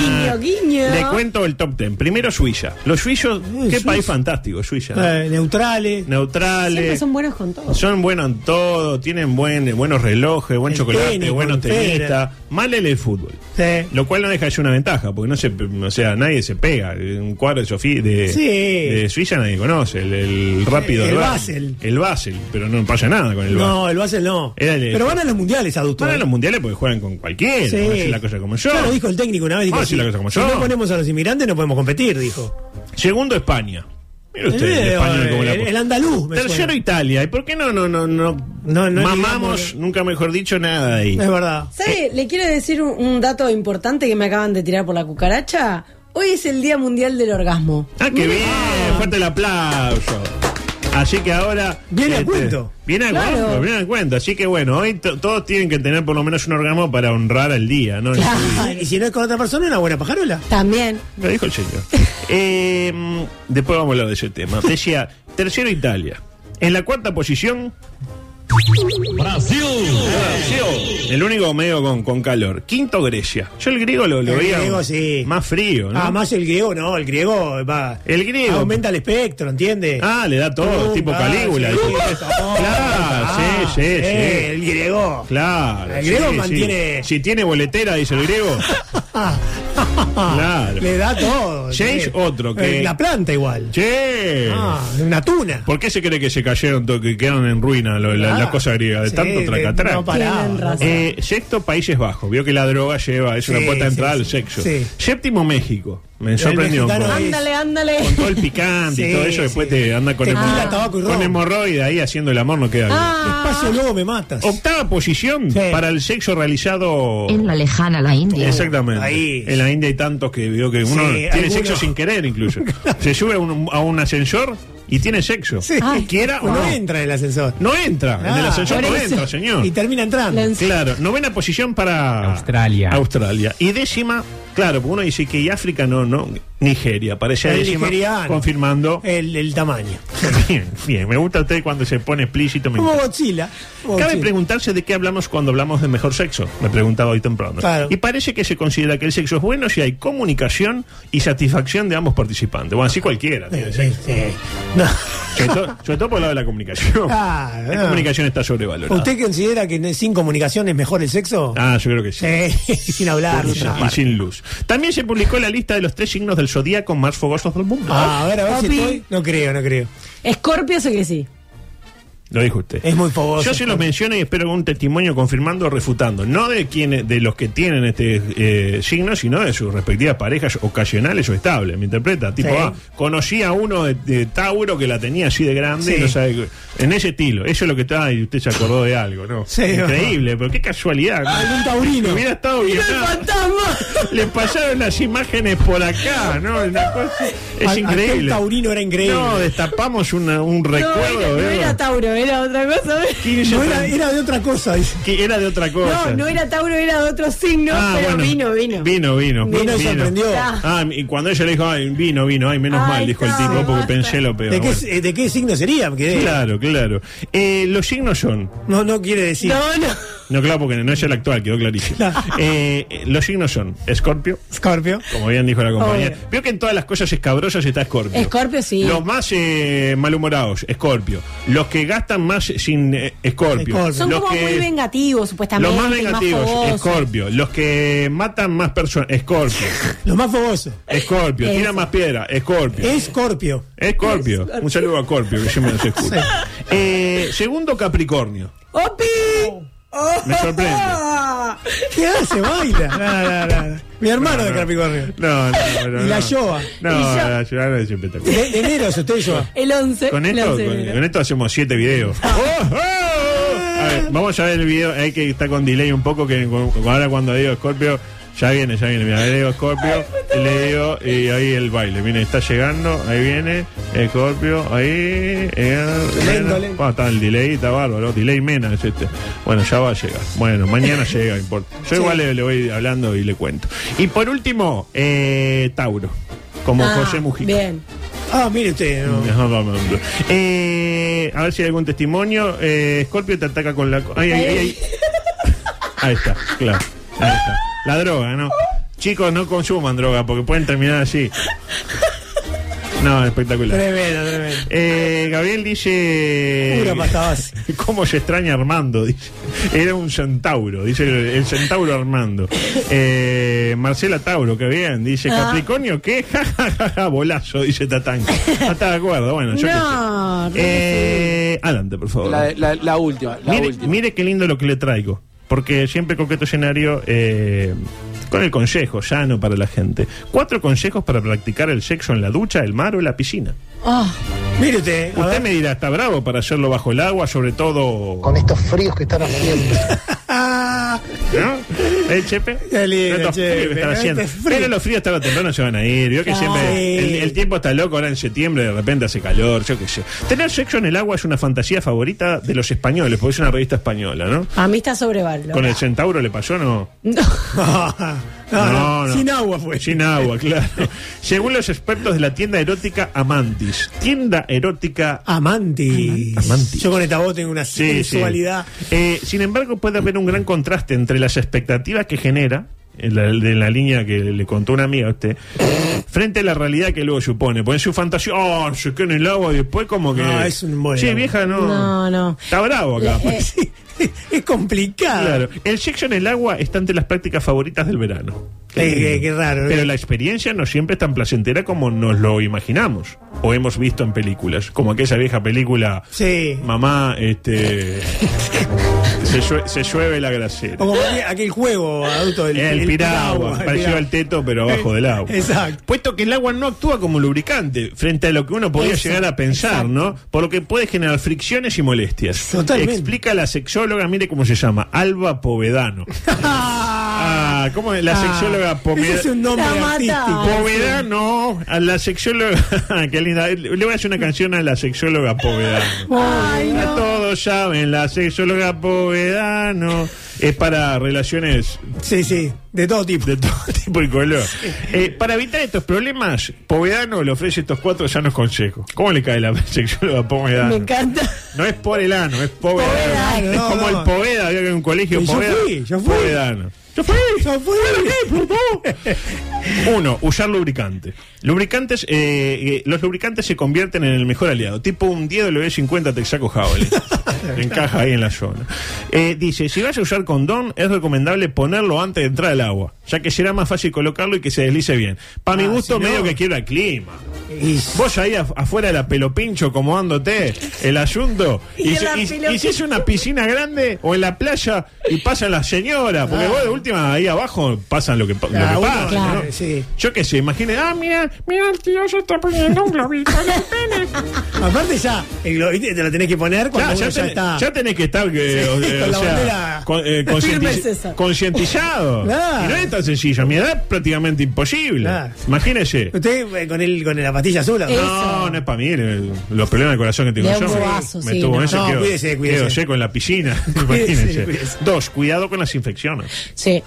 S11: Guiño, guiño.
S9: Le cuento el top ten. Primero Suiza. Los suizos, qué
S10: Suiza.
S9: país fantástico, Suiza. ¿no?
S10: Eh, neutrales.
S11: Siempre
S9: Neutrales.
S11: son buenos con todo.
S9: Son buenos en todo, tienen buen, buenos relojes, buen
S10: El
S9: chocolate,
S10: tenis,
S9: buenos
S10: golpera.
S9: tenistas. Mal en el fútbol.
S10: Sí.
S9: Lo cual no deja de ser una ventaja, porque no se, o sea, nadie se pega. Un cuadro de, Sofía, de,
S10: Sí.
S9: de Suiza nadie conoce. El, el rápido.
S10: El
S9: del Bar-
S10: Basel.
S9: El Basel, pero no pasa nada con el Basel.
S10: No, el Basel no.
S9: Era el-
S10: Pero van a los mundiales, adultos.
S9: Van a los mundiales porque juegan con cualquiera.
S10: Sí.
S9: Van a hacer la cosa como yo.
S10: Ya lo dijo el técnico una vez. Dijo,
S9: Vamos a decir
S10: si-
S9: la cosa como
S10: si
S9: yo.
S10: no ponemos a los inmigrantes no podemos competir, dijo.
S9: Segundo, España. Mira usted,
S10: Eh,
S9: el español
S10: eh,
S9: como la
S10: el,
S9: puso.
S10: andaluz. me
S9: Tercero,
S10: suena.
S9: Italia. ¿Y por qué no, no, no, no,
S10: No, no
S9: mamamos,
S10: digamos-
S9: nunca mejor dicho, nada ahí?
S10: Es verdad.
S11: ¿Sabe? Le quiero decir un, un dato importante que me acaban de tirar por la cucaracha. Hoy es el Día Mundial del Orgasmo.
S9: Ah, qué bien. Fuerte el aplauso. Así que ahora. este,
S10: Viene a cuento.
S9: Viene a
S11: Claro.
S9: cuento, viene a cuento. Así que bueno, hoy to- todos tienen que tener por lo menos un orgasmo para honrar al día, ¿no?
S10: Ah, Y si no es con otra persona, una buena pajarola.
S11: También.
S9: Lo dijo el señor. Eh, mm, después vamos a hablar de ese tema. Decía, tercero Italia. En la cuarta posición, Brasil. El único medio con, con calor. Quinto Grecia. Yo el griego lo, lo
S10: El
S9: veía
S10: griego, sí.
S9: más frío, ¿no?
S10: Ah, más el griego, no, el griego va.
S9: El griego.
S10: Aumenta el espectro, ¿entiendes?
S9: Ah, le da todo,
S10: Pum,
S9: tipo
S10: ah,
S9: Calígula.
S10: sí,
S9: tipo-
S10: eso, oh,
S9: claro,
S10: ah,
S9: sí, sí, sí.
S10: eh, El griego.
S9: Claro.
S10: El griego
S9: sí, sí.
S10: mantiene-
S9: Si tiene boletera, dice el griego. Claro.
S10: Ah, Le da todo.
S9: James,
S10: sí.
S9: otro que-
S10: Eh, La planta igual.
S9: Che.
S10: Ah, una tuna.
S9: ¿Por qué se cree que se cayeron, to- que quedaron en ruina lo- la, la
S10: Claro.
S9: cosa griega? De
S10: Ah, Sí,
S9: tanto
S10: de-
S9: tracatrá.
S10: no paraba,
S11: Tienen
S10: no
S11: razón.
S10: paraba.
S9: Eh, sexto, Países Bajos. Vio que la droga lleva, es una
S10: Sí,
S9: puerta de
S10: sí,
S9: entrada
S10: sí.
S9: al sexo.
S10: Sí.
S9: Séptimo, México. Me sorprendió.
S10: mexicano
S9: con-
S10: ahí.
S11: Ándale, ándale.
S9: con todo el picante y
S10: Sí,
S9: todo eso,
S10: sí.
S9: después te anda con,
S10: Tequila,
S9: hemorroides
S10: tabaco y ron.
S9: con hemorroide ahí haciendo el amor, no queda bien.
S10: Ah.
S11: Ah.
S10: Espacio luego me matas.
S9: Octava posición
S10: Sí.
S9: para el sexo realizado.
S1: En la lejana la India.
S9: Exactamente.
S10: Ahí.
S9: En la India hay tantos que veo que uno tiene
S10: alguno.
S9: sexo sin querer incluso. Se sube a un, a un ascensor y tiene sexo.
S10: Sí.
S11: Ay.
S9: Quiera o
S10: Uno
S9: no.
S10: entra en el ascensor.
S9: No entra. en el
S10: Ah,
S9: ascensor no
S10: por eso.
S9: entra, señor.
S10: Y termina entrando.
S11: La-
S9: Claro, novena posición para
S6: Australia.
S9: Australia. Y décima, claro, porque uno dice que y África no, no, Nigeria, parece
S10: El
S9: décima,
S10: nigeriano. Eh.
S9: confirmando.
S10: El, el tamaño.
S9: Bien, bien, me gusta usted cuando se pone explícito. me
S10: Como
S9: encanta.
S10: Godzilla. Como
S9: Cabe
S10: Godzilla.
S9: preguntarse de qué hablamos cuando hablamos de mejor sexo, me preguntaba hoy temprano.
S10: Claro.
S9: Y parece que se considera que el sexo es bueno si hay comunicación y satisfacción de ambos participantes. Bueno, así cualquiera. tiene
S10: Sí,
S9: sexo.
S10: sí. No.
S9: Sobre, todo, sobre todo por el lado de la comunicación.
S10: Claro,
S9: la
S10: no.
S9: comunicación está sobrevalorada.
S10: ¿Usted considera que ne- sin comunicación es mejor el sexo?
S9: Ah, yo creo que sí.
S10: Sí, sin hablar.
S9: Y
S10: sin
S9: sin- y
S10: hablar.
S9: sin luz. También se publicó la lista de los tres signos del zodíaco más fogosos del mundo.
S10: Ah, a ver, a ver
S11: Papi.
S10: si estoy. No creo, no creo.
S11: Escorpio sé que sí.
S9: Lo dijo usted.
S10: Es muy fogoso.
S9: Yo se los menciono y espero un testimonio confirmando o refutando, no de quienes, de los que tienen este eh, signo, sino de sus respectivas parejas ocasionales o estables. ¿Me interpreta? Tipo,
S10: Sí.
S9: ah, conocí a uno de, de Tauro que la tenía así de grande,
S10: Sí.
S9: y no sabe qué- en ese estilo. Eso es lo que está y usted se acordó de algo, ¿no?
S10: Sí,
S9: Increíble, pero qué casualidad. ¿no?
S10: Algún taurino.
S9: Hubiera estado bien. Le pasaron las imágenes por acá, ¿no? Una cosa- es
S10: Al- aquel
S9: increíble.
S10: taurino era increíble.
S9: No, destapamos una- un recuerdo.
S11: no, era, no
S9: ¿eh?
S11: era Tauro, era otra cosa.
S9: 15
S10: No, era, era de otra cosa. dice.
S9: que era de otra cosa.
S11: No, no era Tauro, era de otro signo,
S9: Ah,
S11: pero
S9: bueno.
S11: vino, vino.
S9: Vino, vino.
S10: Vino y se aprendió.
S11: Ah.
S9: Ah, y cuando ella le dijo, ay, vino, vino, ay, menos
S11: Ay,
S9: mal, dijo el
S11: no,
S9: tipo, porque
S11: basta.
S9: pensé lo peor.
S10: ¿De qué,
S9: Bueno.
S10: eh, ¿De qué signo sería? Porque, eh,
S9: Claro, claro. Eh, los signos son.
S10: no, no quiere decir.
S11: No, no.
S9: No, claro, porque no es el actual, quedó clarísimo. Eh, eh, los signos son Escorpio,
S10: Scorpio.
S9: como bien dijo la compañía.
S11: Obvio.
S9: Veo que en todas las cosas escabrosas está Escorpio.
S11: Escorpio sí.
S9: Los más eh, malhumorados, Escorpio. Los que gastan más sin eh, Escorpio.
S10: Escorpio.
S11: Son
S9: Los
S11: como
S9: que-
S11: muy vengativos, supuestamente.
S9: Los más
S11: y
S9: negativos,
S11: fogosos.
S9: Escorpio. Los que matan más personas, Escorpio.
S10: Lo más fogoso.
S9: Escorpio. Tira
S11: Eso.
S9: más piedra, Escorpio.
S10: Escorpio.
S9: Escorpio. Un saludo a Escorpio, que siempre nos escucha. Eh, segundo Capricornio.
S11: ¡Opi!
S9: Oh. Me sorprende.
S10: ¿Qué hace? Baila. No, no, no, no. Mi hermano de Capricornio.
S9: No, no, no.
S10: Y la
S9: no.
S10: Yoa.
S9: No,
S11: Y yo-
S9: la Yoa no es espectacular.
S10: De, de enero, eso usted yo.
S11: El 11.
S9: Con esto, con,
S10: eh,
S9: con esto hacemos siete videos. ¡Oh, oh! A ver, vamos a ver el video. Hay que estar con delay un poco. Que cu- cu- ahora cuando digo Scorpio, ya viene, ya viene. Mira, le digo Scorpio, le digo y ahí el baile. Miren, está llegando, ahí viene Scorpio, ahí. eh,
S10: Lento,
S9: bueno.
S10: lento.
S9: Ah, está el delay, está bárbaro. Delay mena es este. Bueno, ya va a llegar. Bueno, mañana llega, importa. Yo igual le, le voy hablando y le cuento. Y por último, eh, Tauro, como
S11: Ah,
S9: José Mujica.
S11: Bien.
S10: Ah, mire usted. no.
S9: Ajá, vamos, vamos. Eh, a ver si hay algún testimonio. Eh, Scorpio te ataca con la. co- Ay, ay, ay, ay. Ahí está, claro. Ahí está. La droga, ¿no? Chicos, no consuman droga porque pueden terminar así. No, espectacular.
S10: Tremendo, tremendo.
S9: Eh, Gabriel dice.
S10: Pura pasta base.
S9: ¿Cómo se extraña Armando? Dice. Era un centauro, dice el, el centauro Armando. Eh, Marcela Tauro, que bien, dice
S11: Ah.
S9: Capricornio, ¿qué? Ja, ja, ja, ja, bolazo, dice Tatán. No está de acuerdo, bueno, yo qué sé.
S11: No, no
S9: Eh, adelante, por favor.
S6: La, la- la última, la
S9: mire,
S6: última.
S9: mire qué lindo lo que le traigo. Porque siempre coqueto escenario eh, con el consejo llano para la gente. Cuatro consejos para practicar el sexo en la ducha, el mar o la piscina.
S11: Ah,
S10: Mire usted. a
S9: Usted
S10: ver.
S9: me dirá, está bravo para hacerlo bajo el agua, sobre todo.
S14: Con estos fríos que están haciendo.
S10: Ah,
S9: ¿No? ¿Eh, Chepe?
S10: Qué lindo,
S9: Tantos
S10: Chepe,
S9: fríos que están
S10: ¿no?
S9: haciendo.
S10: Este frío.
S9: Pero los fríos tarde o temprano se van a ir. Yo que
S10: Claro.
S9: siempre.
S10: Sí.
S9: El, el tiempo está loco, ahora en septiembre de repente hace calor, yo qué sé. Tener sexo en el agua es una fantasía favorita de los españoles, porque es una revista española, ¿no?
S11: a mí está sobrevalorado.
S9: Con el centauro le pasó, ¿no?
S11: No.
S10: No, no, sin
S9: agua fue. Sin agua, claro. Según los expertos de la tienda erótica Amantis. Tienda erótica
S10: Amanti. Yo con esta voz tengo una
S9: Sí, sí.
S10: sensualidad.
S9: Eh, sin embargo, puede haber un gran contraste entre las expectativas que genera, en la, de la línea que le contó una amiga a usted, frente a la realidad que luego supone. Pues su fantasía, oh, se quedó en el agua y después como que...
S10: Ah, es un buen-
S9: Sí, vieja, no...
S11: No, no.
S9: Está bravo acá. pues.
S11: Le- eh,
S10: Es complicado.
S9: Claro. El sexo en el agua está entre las prácticas favoritas del verano.
S10: Eh, qué- qué raro, ¿eh?
S9: Pero la experiencia no siempre es tan placentera como nos lo imaginamos o hemos visto en películas, como aquella vieja película
S10: Sí.
S9: Mamá, este se, llue- se llueve la grasera.
S10: O como aquel, aquel juego adulto del
S9: El, piragua,
S10: el
S9: parecido
S10: piragua. Eh,
S9: al teto, pero abajo del agua.
S10: Exacto.
S9: Puesto que el agua no actúa como lubricante frente a lo que uno podría
S10: Eso,
S9: llegar a pensar, ¿no? Por lo que puede generar fricciones y molestias.
S10: Totalmente.
S9: Explica la sexóloga, mire cómo se llama, Alba Povedano. ah, ¿cómo es? La
S10: Ah,
S9: sexóloga
S10: Ese es
S9: Povedano.
S10: un nombre
S11: La mata.
S10: artístico.
S9: Povedano, a la sexóloga, qué linda. Le voy a hacer una canción a la sexóloga Povedano.
S11: Ay,
S9: Ya
S11: no.
S9: todos saben, la sexóloga Povedano es para relaciones
S10: Sí, sí, de todo tipo.
S9: de todo tipo y color. Eh, para evitar estos problemas, Povedano le ofrece estos cuatro sanos consejos. ¿Cómo le cae la sexóloga
S11: Me
S9: Povedano?
S11: encanta.
S9: No es por el ano, es Povedano.
S10: Povedano,
S9: es
S10: no,
S9: como
S10: no.
S9: el Poveda, había que en un colegio
S10: Y yo
S9: Poveda.
S10: fui, yo fui.
S9: Povedano. Yo fui,
S10: Yo fui.
S9: Uno, usar lubricante. Lubricantes, eh, eh, los lubricantes se convierten en el mejor aliado. Tipo un 10 W50 Texaco Javelin. Encaja ahí en la zona. Eh, dice, si vas a usar condón, es recomendable ponerlo antes de entrar al agua, ya que será más fácil colocarlo y que se deslice bien. Para mi
S10: Ah,
S9: gusto,
S10: si no-
S9: medio que quiebra clima.
S10: Y-
S9: Vos ahí af- afuera de la pelopincho acomodándote el asunto. Y,
S11: Y en
S9: si-
S11: la
S9: y-
S11: pelopincho.
S9: y si es una piscina grande o en la playa y pasa la señora, porque vos de última ahí abajo pasan lo que, pa- lo que
S10: Ah, bueno,
S9: pasa.
S10: Ah. claro,
S9: ¿no?
S10: sí.
S9: Yo qué sé, imagínate, ah, mira, mira el tío se está poniendo un globito en el pene.
S10: Aparte ya, el globito te lo tenés que poner cuando
S9: Ya,
S10: uno
S9: ya,
S10: ya,
S9: tenés,
S10: está.
S9: ya tenés que estar eh, o- eh,
S10: con
S9: o
S10: la
S9: sea,
S10: bandera.
S9: con- eh, conscientiz-
S11: Firme es esa.
S9: concientizado.
S10: Claro.
S9: Y no es tan sencillo. A mi edad prácticamente imposible.
S10: Claro.
S9: Imagínese.
S10: Usted eh, con el con la pastilla azul. ¿o no?
S11: Eh,
S9: No, no es para mí. el- Los problemas de corazón que tengo
S11: De un
S9: yo.
S11: bobazo,
S9: me
S11: sí,
S9: tuvo
S11: no.
S9: eso.
S10: No,
S9: quedo,
S10: cuídese, cuídese.
S9: quedo seco en la piscina.
S10: Cuídese,
S9: imagínense.
S10: cuídese.
S9: Dos, cuidado con las infecciones.
S11: Sí.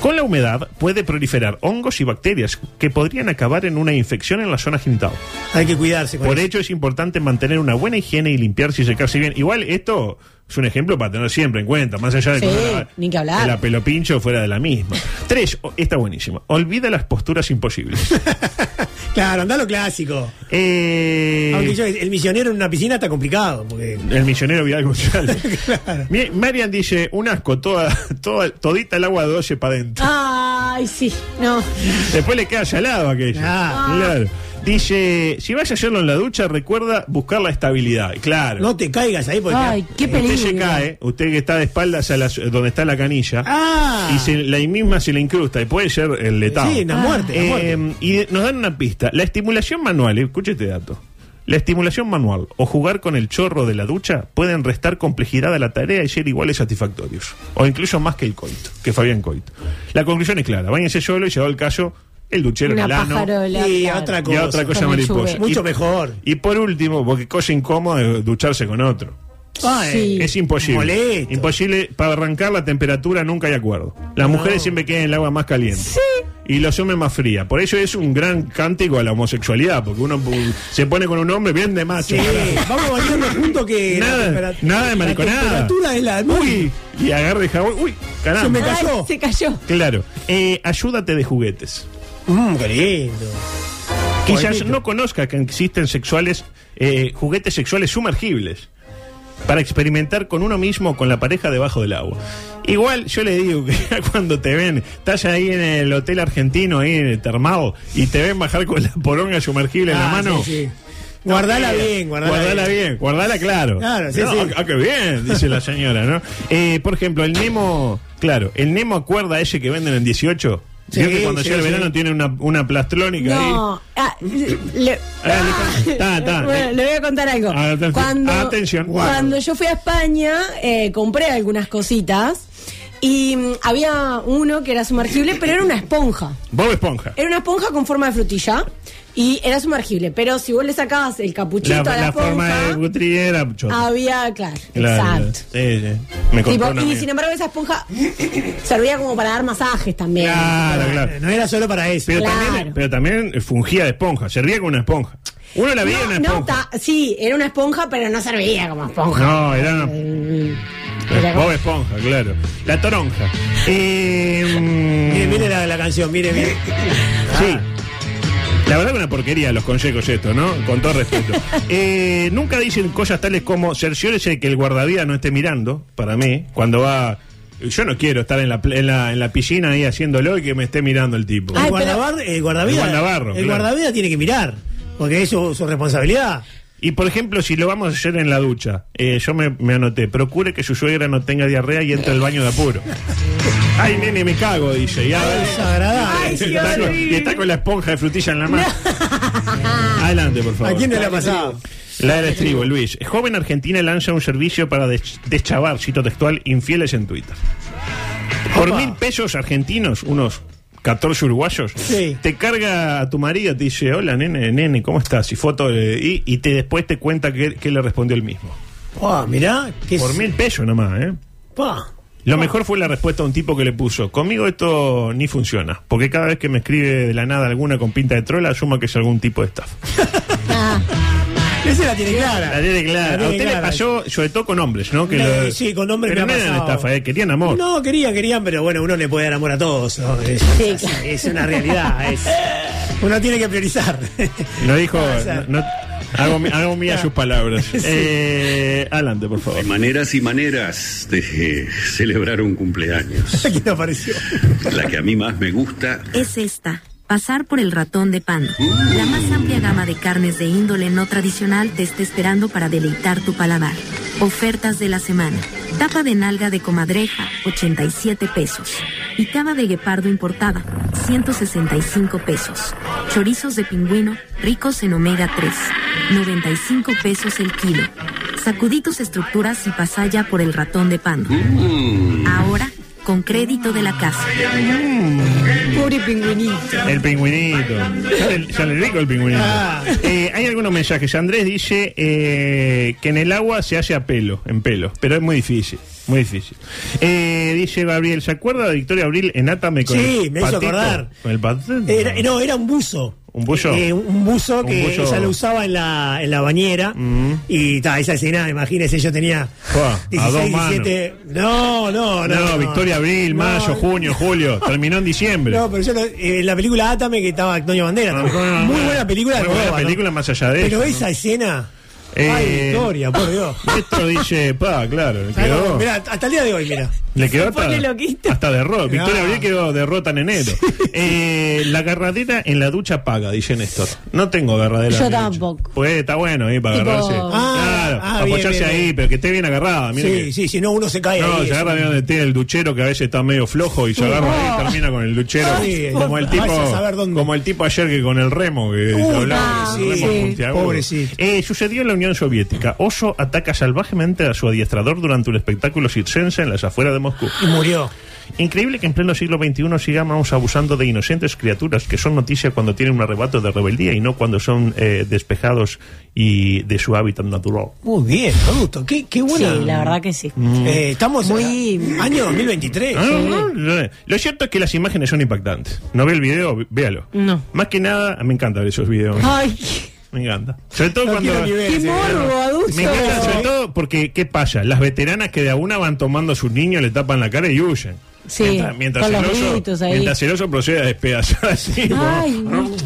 S9: Con la humedad puede proliferar hongos y bacterias que podrían acabar en una infección en la zona genital.
S10: Hay que cuidarse con
S9: Por
S10: eso.
S9: ello es importante mantener una buena higiene y limpiarse y secarse bien. Igual esto es un ejemplo para tener siempre en cuenta, más allá de,
S11: Sí,
S9: que uno
S11: ni que hablar.
S9: de la pelopincho fuera de la misma. Tres, o- está buenísimo. Olvida las posturas imposibles.
S10: Claro, anda lo clásico.
S9: Eh,
S10: Aunque yo, el misionero en una piscina está complicado. Porque...
S9: El misionero Vidal González. Mi- Marian dice, un asco, toda, toda, todita el agua de 12 para adentro.
S11: Ay, sí. No.
S9: Después le queda salado aquello.
S10: Ah.
S9: Claro. Dice, si vas a hacerlo en la ducha, recuerda buscar la estabilidad. Claro.
S10: No te caigas ahí porque.
S11: Ay, qué
S9: usted
S11: peligro.
S9: se cae, usted que está de espaldas a la- donde está la canilla,
S10: Ah.
S9: y se- la misma se le incrusta y puede ser el letal.
S10: Sí, una muerte, una muerte.
S9: Eh, y de- nos dan una pista. La estimulación manual, eh, escuche este dato. La estimulación manual o jugar con el chorro de la ducha pueden restar complejidad a la tarea y ser iguales satisfactorios. O incluso más que el coito, que Fabián Coito. La conclusión es clara. Váyanse solo y llegado el caso, el duchero en
S11: Una
S9: el ano.
S11: pajarola.
S10: Y
S11: claro.
S10: otra
S9: Y
S10: cosa.
S9: a otra cosa
S11: Con el
S9: mariposa.
S11: chuve.
S10: Mucho
S9: Y-
S10: mejor.
S9: Y por último, porque cosa incómoda es ducharse con otro.
S10: Ah, eh,
S11: Sí.
S9: Es imposible.
S10: Molesto.
S9: Imposible. Para arrancar la temperatura nunca hay acuerdo. Las mujeres siempre quedan en el agua más caliente. Y los hombres más fría. Por eso es un gran cántico a la homosexualidad. Porque uno pu- se pone con un hombre bien de macho.
S10: Sí, vamos a bañarnos juntos que. la
S9: Nada,
S10: temperat-
S9: nada de
S10: La
S9: mariconada.
S10: temperatura es la.
S9: Uy, y agarre jabón. Uy, Caramba.
S10: Se me cayó.
S11: Se cayó.
S9: Claro. Eh, ayúdate de juguetes.
S10: Mmm, qué lindo.
S9: Quizás
S10: Jueguito.
S9: no conozca que existen sexuales, eh, juguetes sexuales sumergibles para experimentar con uno mismo o con la pareja debajo del agua. Igual yo le digo que ya cuando te ven, estás ahí en el hotel argentino, ahí en el termado, y te ven bajar con la poronga sumergible en la
S10: Ah,
S9: mano.
S10: sí, sí. Guardala bien, guardala,
S9: bien. guardala claro.
S10: Claro, sí,
S9: No,
S10: sí.
S9: Ah, qué bien, dice la señora, ¿no? Eh, por ejemplo, el Nemo, claro, el Nemo acuerda ese que venden en 18.
S10: Sí,
S9: Vio que cuando
S10: sí,
S9: llega el
S10: sí.
S9: verano tiene una, una plastrónica ahí.
S11: No. Ah, le,
S9: Ah, le- ta, ta. Ah,
S11: Bueno, le voy a contar algo.
S9: Atención.
S11: Cuando,
S9: Atención.
S11: cuando yo fui a España, eh, compré algunas cositas y mm, había uno que era sumergible, pero era una esponja.
S9: Bob Esponja.
S11: Era una esponja con forma de frutilla y era sumergible. Pero si vos le sacabas el
S9: La,
S11: capuchito a la,
S9: la
S11: esponja,
S9: forma de Guthrie era chota.
S11: había, claro,
S9: Claro,
S11: exacto.
S9: Sí, sí. Me contó
S11: Tipo,
S9: una
S11: y
S9: amiga.
S11: sin embargo esa esponja servía como para dar masajes también.
S9: Claro, claro.
S10: No era solo para eso.
S9: Pero,
S11: Claro.
S9: también, eh, pero también fungía de esponja, servía como una esponja. Uno la veía en
S11: No,
S9: una
S11: no,
S9: esponja.
S11: ta- sí, era una esponja, pero no servía como esponja.
S9: No, era una.
S11: era como-
S9: Bob Esponja, claro. La toronja. Eh,
S10: Mire, mire la, la canción, mire, mire.
S9: Sí. Ah. La verdad que una porquería los consejos estos, ¿no? Con todo respeto. Eh, nunca dicen cosas tales como cerciórese que el guardavidas no esté mirando, para mí, cuando va... Yo no quiero estar en la, pl- en la, en la piscina ahí haciéndolo y que me esté mirando el tipo.
S10: El, guardabar, el guardavida.
S9: El guardabarro,
S10: el
S9: claro.
S10: guardavida tiene que mirar. Porque es su, su responsabilidad.
S9: Y por ejemplo, si lo vamos a hacer en la ducha, eh, yo me, me anoté, procure que su suegra no tenga diarrea y entre al baño de apuro. Ay, nene, me cago, dice. Ya,
S10: Es desagradable.
S11: Ay, sí,
S9: y, está con,
S11: horrible.
S9: y está con la esponja de frutilla en la mano. Adelante, por favor.
S10: ¿A quién no le ha pasado?
S9: La del estribo, Luis. Joven argentina lanza un servicio para des- deschavar, cito textual, infieles en Twitter. Por
S10: Opa.
S9: mil pesos argentinos, unos 14 uruguayos,
S10: Sí.
S9: te carga a tu marido, te dice, hola nene, nene, ¿cómo estás? Y foto, eh, y, y te, después te cuenta que, que le respondió el mismo.
S10: Pua, Ah, mirá. Que
S9: Por
S10: es-
S9: mil pesos nomás, ¿eh?
S10: Pua.
S9: Lo mejor fue la respuesta de un tipo que le puso, conmigo esto ni funciona, porque cada vez que me escribe de la nada alguna con pinta de trola, asuma que es algún tipo de estafa.
S10: Esa la tiene clara.
S9: La tiene
S10: La
S9: clara.
S10: tiene
S9: a usted le
S10: clara.
S9: pasó, sobre todo con hombres, ¿no? Que
S10: Eh,
S9: lo-
S10: sí, con hombres
S9: Pero
S10: me
S9: no
S10: ha
S9: eran
S10: pasado.
S9: estafa, eh, querían amor.
S10: No, querían, querían, pero bueno, uno le puede dar amor a todos. ¿no? Es, es- es una realidad. es- uno tiene que priorizar.
S9: Lo dijo.
S10: O sea,
S9: no- no- hago, mi- hago mía sus palabras. Eh, adelante, por favor.
S6: Maneras y maneras de eh, celebrar un cumpleaños.
S10: ¿Quién te apareció?
S6: La que a mí más me gusta
S15: es esta. Pasar por el ratón de panda. La más amplia gama de carnes de índole no tradicional te está esperando para deleitar tu paladar. Ofertas de la semana. Tapa de nalga de comadreja, 87 pesos. Y cava de guepardo importada, 165 pesos. Chorizos de pingüino, ricos en omega 3, 95 pesos el kilo. Sacudí tus estructuras y pasa ya por el ratón de panda. Ahora, con crédito de la casa.
S11: Pobre pingüinito.
S9: El pingüinito. Sale, sale rico el pingüinito.
S10: Ah.
S9: Eh, hay algunos mensajes. Andrés dice eh, que en el agua se hace a pelo, en pelo. Pero es muy difícil. Muy difícil. Eh, dice Gabriel, ¿se acuerda de Victoria Abril en Átame con
S10: Sí,
S9: el
S10: me hizo
S9: patito?
S10: acordar.
S9: ¿Con el patito?
S10: Era- no, era un buzo.
S9: ¿Un buzo?
S10: Eh, un buzo
S9: Un
S10: que
S9: buzo. Mm.
S10: ella lo usaba en la, en la bañera. Y ta, esa escena, imagínese, yo tenía
S9: Fua, a dos manos.
S10: No, no, no.
S9: No, Victoria Abril,
S10: No,
S9: mayo, junio, julio. Terminó en diciembre.
S10: No, pero yo lo- eh, en la película Átame que estaba Antonio Bandera.
S9: Ah, No,
S10: también.
S9: no, no,
S10: muy
S9: no.
S10: buena película de
S9: Muy buena
S10: Almodóvar, ¿no?
S9: película más allá de
S10: Pero
S9: eso,
S10: esa escena.
S9: Eh,
S10: Ay, Victoria, por Dios.
S9: Esto dice, pa, claro, le
S10: Ay,
S9: quedó,
S10: mirá, hasta el día de hoy, mira.
S9: le quedó hasta,
S11: pone loquito.
S9: hasta derrota. Victoria
S10: No.
S9: Abril quedó derrota en enero. Eh, la garradera en la ducha paga, dice Néstor. No tengo garradera.
S11: Yo
S9: en la ducha.
S11: tampoco.
S9: Pues está bueno ahí para
S11: Tipo-
S9: agarrarse.
S10: Ah,
S9: claro,
S10: ah,
S9: para
S10: bien,
S9: apoyarse
S10: bien,
S9: ahí,
S10: bien.
S9: pero que esté bien agarrada. mire
S10: Sí,
S9: que-
S10: sí, si no uno se cae
S9: No,
S10: ahí.
S9: se agarra bien donde tiene el duchero que a veces está medio flojo y se agarra ahí y termina con el duchero.
S10: Sí,
S9: como el
S10: eh, vaya
S9: tipo
S10: a saber dónde.
S9: como el tipo ayer que con el remo que
S10: Uy,
S9: hablaba,
S10: ah,
S9: el
S10: sí,
S9: remo
S10: sí,
S9: puntiagudo.
S10: pobrecito.
S9: Eh, sucedió en la Unión Soviética. Oso ataca salvajemente a su adiestrador durante un espectáculo circense en las afueras de Moscú.
S10: Y murió.
S9: Increíble que en pleno siglo XXI sigamos abusando de inocentes criaturas que son noticia cuando tienen un arrebato de rebeldía y no cuando son eh, despejados y de su hábitat natural.
S10: Muy bien, producto. Qué, qué
S11: Sí,
S10: buena.
S11: la verdad que sí.
S10: Eh, estamos
S11: Muy-
S10: en año 2023.
S9: Ah, no, no, no. Lo cierto es que las imágenes son impactantes. No ve el video, Vé- véalo.
S11: No. Ah.
S9: Más que nada, me encanta ver esos videos.
S11: Ay,
S9: Me encanta. Sobre todo
S10: No
S9: cuando.
S10: quiero ni ver.
S11: qué
S10: Sí,
S11: morbo, adulto.
S9: Me encanta, sobre todo porque, ¿qué pasa? Las veteranas que de a una van tomando a sus niños, le tapan la cara y huyen.
S11: Sí,
S9: mientras, mientras
S11: con los
S9: el oso-
S11: gritos ahí. Ah.
S9: mientras el oso procede a despedazar así.
S11: Ay, no.
S10: Eh,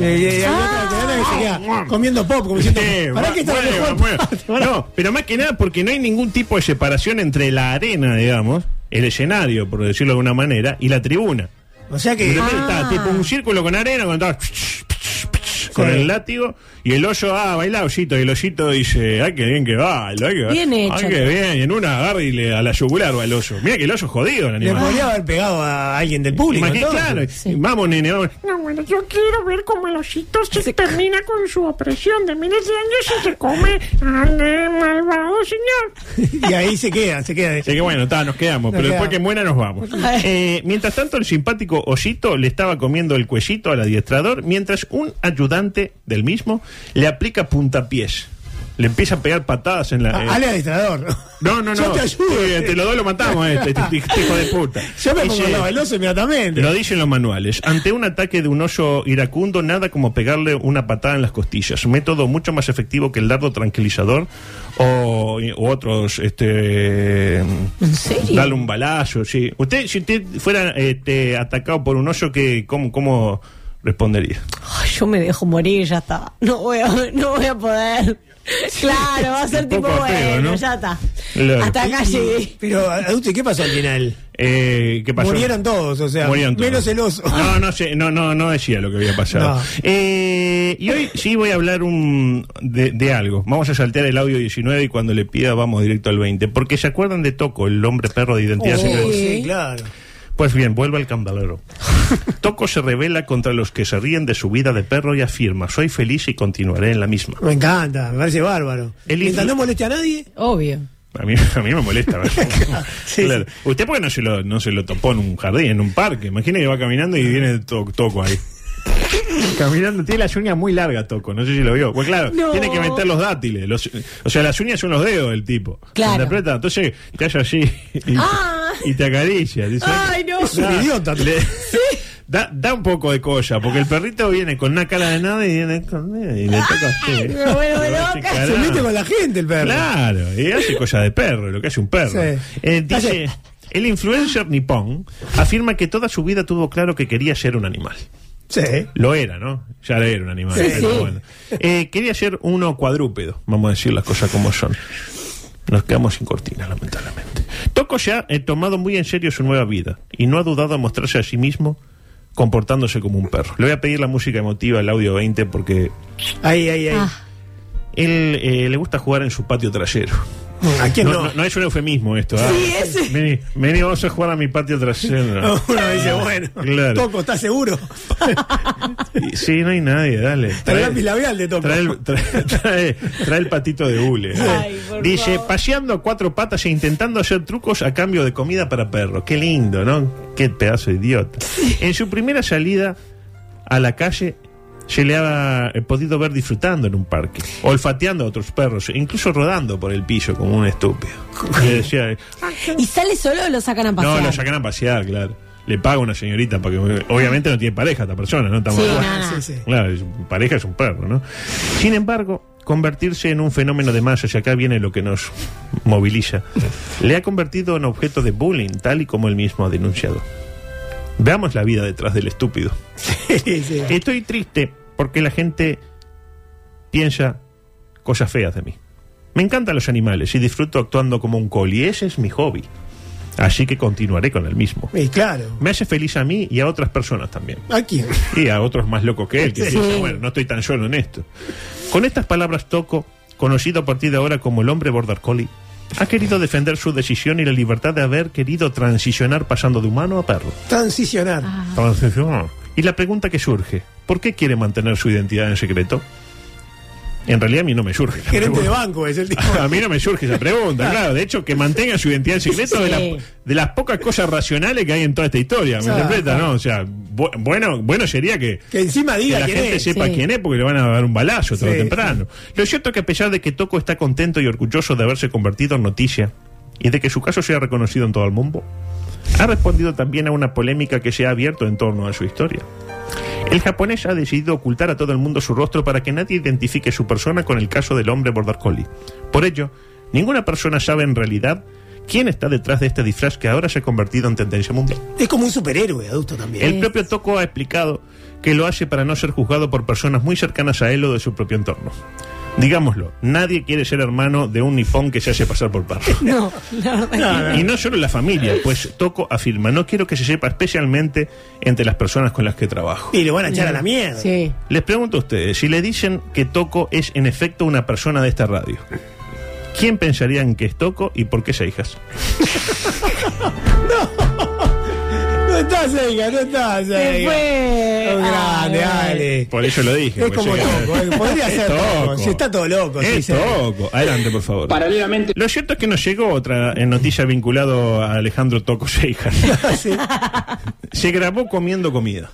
S10: eh, hay otra cadena que se
S9: Ah,
S10: queda comiendo pop, como diciendo,
S9: Eh,
S10: ¿para qué está la
S9: bueno,
S10: mejor
S9: bueno.
S10: parte? Pará.
S9: No, pero más que nada porque no hay ningún tipo de separación entre la arena, digamos, el escenario, por decirlo de alguna manera, y la tribuna.
S10: O sea que.
S9: De repente
S10: Ah.
S9: está tipo un círculo con arena, con, todo, con el látigo, y el hoyo, ah, baila hoyito, y el hoyito dice, ay, qué bien que va, ay, qué-
S11: Bien hecho.
S9: ay, qué bien, y en una agarra y le- a la yugular va el hoyo. Mira que el hoyo es jodido, el
S10: Le
S9: animal.
S10: podría haber pegado a alguien del público.
S9: Imagín-
S10: entonces.
S9: claro, vamos nene, vamos.
S16: No, bueno, yo quiero ver cómo el osito se termina con su opresión de miles de años y se come al malvado señor.
S10: Y ahí se queda, se queda.
S9: Así que bueno, está, nos quedamos.
S10: Nos
S9: pero después
S10: quedamos.
S9: que muera nos vamos. Eh, mientras tanto, el simpático Osito le estaba comiendo el cuellito al adiestrador, mientras un ayudante del mismo le aplica puntapiés. Le empieza a pegar patadas en la. eh,
S10: A- Ale adiestrador.
S9: no, no, no.
S10: Yo te ayudo.
S9: Eh, te lo doy, lo matamos, eh, este, este hijo de puta.
S10: Yo me pongo
S9: Dice-
S10: al lado del oso inmediatamente.
S9: lo dicen los manuales. Ante un ataque de un oso iracundo, nada como pegarle una patada en las costillas. Método mucho más efectivo que el dardo tranquilizador o u otros. Este,
S1: ¿En serio?
S9: Darle un balazo, sí. Usted, si usted fuera este, atacado por un oso, ¿qué, cómo, ¿cómo respondería?
S11: Ay, yo me dejo morir, ya está. No voy a, no voy a poder. Claro, va a ser
S9: Un
S11: tipo
S9: poco
S11: bueno,
S9: apego, ¿no?
S11: ya está.
S9: Claro.
S11: Hasta acá llegué.
S10: Pero, adulto, ¿y qué pasó al final?
S9: Eh, ¿Qué pasó?
S10: Murieron todos, o sea,
S9: Murieron todos.
S10: menos el oso.
S9: No, no, sé, no, no, no decía lo que había pasado.
S10: No.
S9: Eh, y hoy sí voy a hablar un, de, de algo. Vamos a saltear el audio 19 y cuando le pida vamos directo al 20. Porque se acuerdan de Toco, el hombre perro de identidad secreta?
S10: Oh. sí, claro.
S9: Pues bien, vuelvo al candelero. Toco se revela contra los que se ríen de su vida de perro y afirma, soy feliz y continuaré en la misma.
S10: Me encanta, me parece bárbaro.
S9: El
S10: Mientras
S9: influ-
S10: no moleste a nadie,
S11: Obvio.
S9: A mí, a mí me molesta. ¿verdad? Claro. Usted porque no se, lo, no se lo topó en un jardín, en un parque. Imagina que va caminando y viene to- Toco ahí. Caminando, tiene las uñas muy largas, Toco. No sé si lo vio. Pues claro,
S11: No.
S9: tiene que meter los dátiles. los- o sea, las uñas son los dedos del tipo.
S11: Claro.
S9: ¿Se interpreta? Entonces te hace así y,
S11: Ah.
S9: y te acaricia. Dice,
S11: Ay, no.
S10: es un
S9: Ah,
S10: idiota.
S9: le- da, da un poco de cosa, porque el perrito viene con una cara de nada y viene con. Y le toca a usted.
S11: me vuelvo
S9: Y
S11: loca.
S9: dice,
S10: Se mete
S9: "Caramba".
S10: con la gente el perro.
S9: Claro, y hace cosas de perro, lo que hace un perro.
S10: Sí.
S9: Eh, dice,
S10: Hace-
S9: el influencer nipón afirma que toda su vida tuvo claro que quería ser un animal.
S10: Sí.
S9: Lo era, ¿no? Ya era un animal.
S10: Sí,
S9: pero
S10: sí.
S9: bueno. Eh, quería ser uno cuadrúpedo, vamos a decir las cosas como son. Nos quedamos sin cortinas, lamentablemente. Toco ya ha tomado muy en serio su nueva vida y no ha dudado en mostrarse a sí mismo comportándose como un perro. Le voy a pedir la música emotiva, el audio 20, porque
S10: Ahí, ahí, ahí.
S11: Ah,
S9: él eh, le gusta jugar en su patio trasero.
S10: ¿A quién
S9: Ah. No,
S10: no?
S9: no- no es un eufemismo esto. ah.
S11: Sí, ese.
S9: Vení, vení, vamos a jugar a mi patio trasero.
S10: Uno dice, bueno,
S9: Claro.
S10: Toco, ¿estás seguro?
S9: Y- Sí, no hay nadie, dale.
S10: Trae el lápiz labial de Toco.
S9: trae el, trae- trae- trae el patito de hule.
S11: Ay, por
S9: Dice,
S11: favor.
S9: paseando a cuatro patas e intentando hacer trucos a cambio de comida para perros. Qué lindo, ¿no? Qué pedazo de idiota. En su primera salida a la calle se le ha eh, podido ver disfrutando en un parque, olfateando a otros perros, incluso rodando por el piso como un estúpido. Le decía,
S11: ¿Y sale solo o lo sacan a pasear?
S9: no, lo sacan a pasear, claro. Le paga una señorita, porque eh, obviamente no tiene pareja esta persona, ¿no? Estamos
S11: Sí,
S9: de acuerdo.
S11: nada.
S10: Ah, Sí, sí.
S9: Claro, es- pareja es un perro, ¿no? Sin embargo, convertirse en un fenómeno de masas, y acá viene lo que nos moviliza, le ha convertido en objeto de bullying, tal y como él mismo ha denunciado. Veamos la vida detrás del estúpido.
S10: Sí, sí.
S9: Estoy triste porque la gente piensa cosas feas de mí. Me encantan los animales y disfruto actuando como un coli. Ese es mi hobby. Así que continuaré con el mismo.
S10: Y claro.
S9: Me hace feliz a mí y a otras personas también.
S10: ¿A quién?
S9: Y a otros más locos que él, que
S10: Sí.
S9: piensan, bueno, no estoy tan solo en esto. Con estas palabras, Toco, conocido a partir de ahora como el hombre border collie, ha querido defender su decisión y la libertad de haber querido transicionar pasando de humano a perro.
S10: Transicionar.
S11: Ah.
S9: Transicionar. Y la pregunta que surge, ¿por qué quiere mantener su identidad en secreto? En realidad a mí no me surge. la
S10: Gerente de
S9: pregunta.
S10: banco es el tipo.
S9: A mí no me surge esa pregunta, claro. De hecho, que mantenga su identidad en secreto
S11: Sí.
S9: de, las- de las pocas cosas racionales que hay en toda esta historia. ¿Me
S10: Ah,
S9: interpreta? ¿No? O sea, bu- bueno, bueno sería que,
S10: Que encima
S9: que
S10: diga
S9: la
S10: quién
S9: gente
S10: es.
S9: sepa
S11: Sí.
S9: quién es porque le van a dar un balazo tarde o
S10: Sí,
S9: temprano. Lo cierto es que a pesar de que Toco está contento y orgulloso de haberse convertido en noticia y de que su caso sea reconocido en todo el mundo, ha respondido también a una polémica que se ha abierto en torno a su historia. El japonés ha decidido ocultar a todo el mundo su rostro para que nadie identifique su persona con el caso del hombre border collie. Por ello, ninguna persona sabe en realidad ¿Quién está detrás de este disfraz que ahora se ha convertido en tendencia mundial?
S10: Es como un superhéroe adulto también.
S9: El propio Toco ha explicado que lo hace para no ser juzgado por personas muy cercanas a él o de su propio entorno. Digámoslo, nadie quiere ser hermano de un nipón que se hace pasar por perro.
S11: No, la verdad que no.
S9: Y no solo la familia, pues Toco afirma, no quiero que se sepa especialmente entre las personas con las que trabajo.
S10: Y lo van a echar a la mierda.
S11: Sí.
S9: Les pregunto a ustedes, si le dicen que Toco es en efecto una persona de esta radio, ¿quién pensarían que es Toco y por qué se hijas?
S10: No está cerca, no está
S11: Se
S10: cerca.
S11: fue. Ah,
S10: Un grande,
S11: Ay,
S10: Ale.
S9: Por eso lo dije.
S10: Es
S9: pues,
S10: como
S9: sí.
S10: loco, eh, podría
S9: Es
S10: ser
S9: toco.
S10: loco. Si está todo loco. sí,
S9: Es
S10: sí.
S9: Toco. Adelante, por favor. Paralelamente. Lo cierto es que nos llegó otra eh, noticia vinculado a Alejandro Toco Seijas.
S10: Ah, Sí.
S9: Se grabó comiendo comida.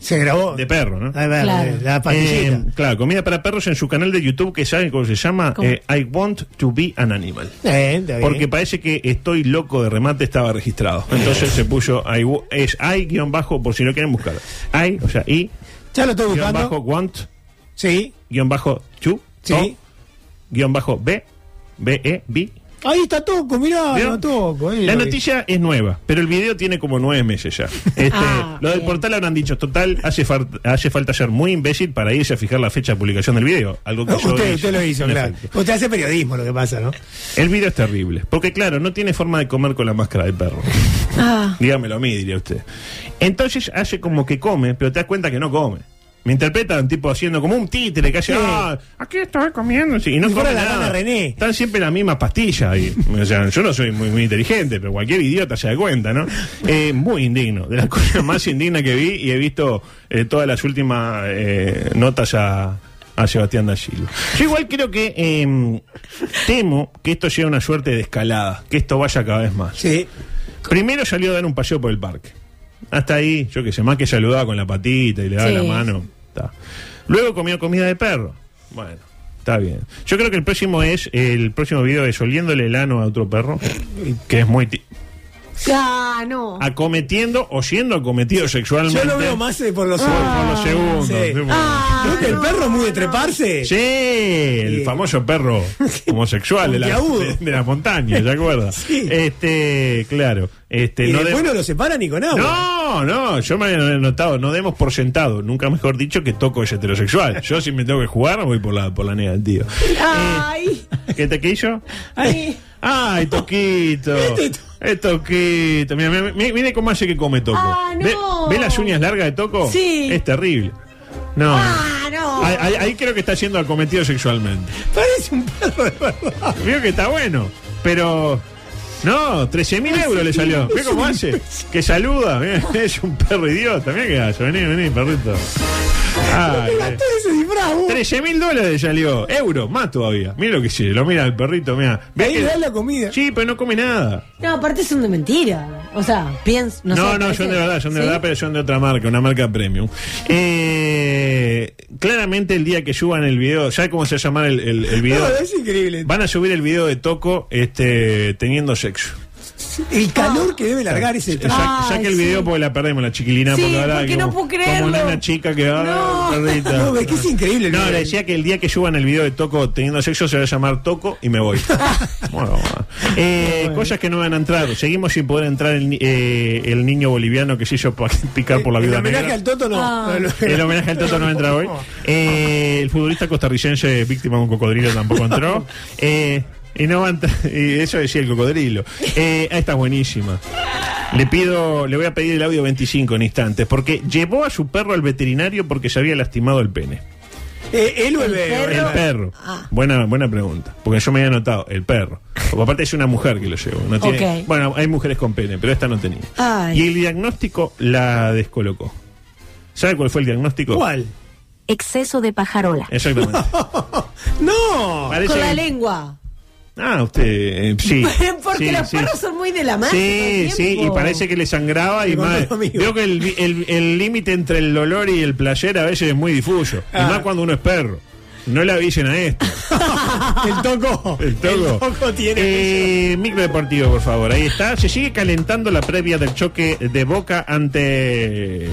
S10: Se grabó.
S9: De perro, ¿no?
S10: A ver,
S11: Claro.
S10: la pastillita.
S9: Eh, claro, comida para perros en su canal de YouTube que saben cómo se llama
S11: ¿Cómo?
S9: Eh, I Want to Be an Animal.
S10: Eh, está bien.
S9: Porque parece que estoy loco de remate estaba registrado. Entonces se puso I, wo- es I guión bajo por si no quieren buscar. I, o sea, I
S10: ya lo estoy
S9: guión
S10: buscando.
S9: bajo want
S10: Sí,
S9: guión bajo to
S10: Sí.
S9: to, guión bajo B B E B
S10: ahí está Toco, mirá,
S9: ¿Vieron?
S10: no, Toco. eh,
S9: La
S10: lo que-
S9: noticia es nueva, pero el video tiene como nueve meses ya. Este,
S11: Ah,
S9: lo del
S11: bien.
S9: portal habrán dicho, total, hace, far- hace falta ser muy imbécil para irse a fijar la fecha de publicación del video. Algo que
S10: No,
S9: yo
S10: usted,
S9: hice,
S10: usted lo hizo,
S9: en
S10: claro.
S9: efecto.
S10: Usted hace periodismo, lo que pasa, ¿no?
S9: El video es terrible, porque claro, no tiene forma de comer con la máscara de perro.
S11: Ah,
S9: Dígamelo a mí, diría usted. Entonces hace como que come, pero te das cuenta que no come. Me interpretan, tipo, haciendo como un títere que hace,
S10: Sí.
S9: "Ah, aquí estoy comiendo, sí, y no
S10: Si fuera
S9: come
S10: la
S9: nada.
S10: Dana René.
S9: Están siempre las mismas pastillas ahí. O sea, yo no soy muy, muy inteligente, pero cualquier idiota se da cuenta, ¿no? Eh, muy indigno, de las cosas más indignas que vi y he visto eh, todas las últimas eh, notas a, a Sebastián Dachilo. Yo igual creo que eh, temo que esto sea una suerte de escalada, que esto vaya cada vez más.
S10: Sí.
S9: Primero salió a dar un paseo por el parque. Hasta ahí, yo que sé, más que saludaba con la patita y le daba
S11: Sí.
S9: la mano. Está. Luego comió comida de perro. Bueno, está bien. Yo creo que el próximo es, el próximo video es oliéndole el ano a otro perro, que es muy ti-
S11: ah, no.
S9: acometiendo o siendo acometido sexualmente.
S10: Yo lo veo más eh, por los
S9: por, por los segundos.
S10: Sí.
S9: Sí.
S11: Ah,
S10: Creo que el
S11: no,
S10: perro es muy de
S11: no.
S10: treparse.
S9: Sí, el
S10: Sí.
S9: famoso perro homosexual de la,
S10: Puntiagudo.
S9: de, de la montaña, ¿te acuerdas?
S10: Sí.
S9: Este, claro. Este,
S10: Y
S9: no de-
S10: después no lo separan ni con agua.
S9: No, no, yo me he notado, no demos por sentado, nunca mejor dicho que toco es heterosexual. Yo si me tengo que jugar voy por la por la negativa.
S11: Ay,
S9: ¿Qué te quillo?
S11: Ay.
S9: Ay, toquito.
S11: Este
S9: Es toquito. Mira, mira, mira, mire cómo hace que come toco.
S11: Ah, no.
S9: ¿Ve, ve las uñas largas de toco?
S11: Sí.
S9: Es terrible. No.
S11: ah, no.
S9: Ahí, ahí- ahí creo que está siendo acometido sexualmente.
S10: Parece un perro de verdad.
S9: Veo que está bueno, pero. No, 13 mil euros le salió. Mira cómo hace. Que saluda. mirá, es un perro idiota. Mira qué hace. Vení, vení, perrito. Ay,
S10: Gastó ese disfraz, vos.
S9: 13 mil dólares le salió. Euros, más todavía. Mira lo que sí. Lo mira el perrito, mira.
S10: Ahí le dan la comida.
S9: Sí, pero no come nada.
S11: No, aparte son de mentira. O sea, pienso.
S9: No,
S11: sé,
S9: no,
S11: parece-
S9: son de verdad, son de
S11: ¿Sí?
S9: verdad, pero son de otra marca, una marca premium. Eh, claramente el día que suban el video, ¿sabes cómo se llama el, el- el video?
S10: No, es increíble.
S9: Van a subir el video de Toco este, teniendo sexo. Ah.
S10: El calor que debe largar ese
S9: Sa-
S10: traje.
S9: saque el video porque la perdemos, la chiquilina.
S11: Sí,
S9: ahora
S11: porque no puedo creerlo.
S9: Como una chica que va
S11: No.
S10: No, es que es increíble el
S9: No,
S10: video.
S9: le decía que el día que suban el video de Toco teniendo sexo se va a llamar Toco y me voy. Bueno, bueno. Eh, Cosas que no van a entrar. Seguimos sin poder entrar el, ni- eh, el niño boliviano que se hizo pa- picar por la
S10: El
S9: vida
S10: homenaje al Toto no.
S11: Ah.
S10: No, no.
S9: el homenaje al Toto no entra hoy. Eh, el futbolista costarricense víctima de un cocodrilo tampoco entró. Eh, y no va a entrar- y eso decía el cocodrilo. Eh, ah, esta es buenísima. Le pido, le voy a pedir el audio 25 en instantes, porque llevó a su perro al veterinario porque se había lastimado el pene.
S10: Eh, él o el bebé.
S9: El perro. Buena, buena pregunta. Porque yo me había notado, el perro. Porque aparte es una mujer que lo llevó. No tiene,
S11: Ok.
S9: Bueno, hay mujeres con pene, pero esta no tenía.
S11: Ay.
S9: Y el diagnóstico la descolocó. ¿Sabe cuál fue el diagnóstico?
S10: ¿Cuál?
S15: Exceso de pajarola.
S9: Exactamente.
S10: No.
S9: Parece
S11: Con la
S9: que-
S11: lengua.
S9: Ah, usted, eh, sí.
S11: Porque
S9: Sí,
S11: los
S9: sí.
S11: perros son muy de la mano.
S9: Sí, sí, y parece que le sangraba y
S10: Me contó
S9: más.
S10: lo mismo.
S9: Veo que el vi- el el límite entre el dolor y el placer a veces es muy difuso.
S10: Ah.
S9: Y más cuando uno es perro. No le avisen a esto.
S10: El Toco.
S9: El Togo.
S10: tiene.
S9: Eh, micro deportivo, por favor. Ahí está. Se sigue calentando la previa del choque de Boca ante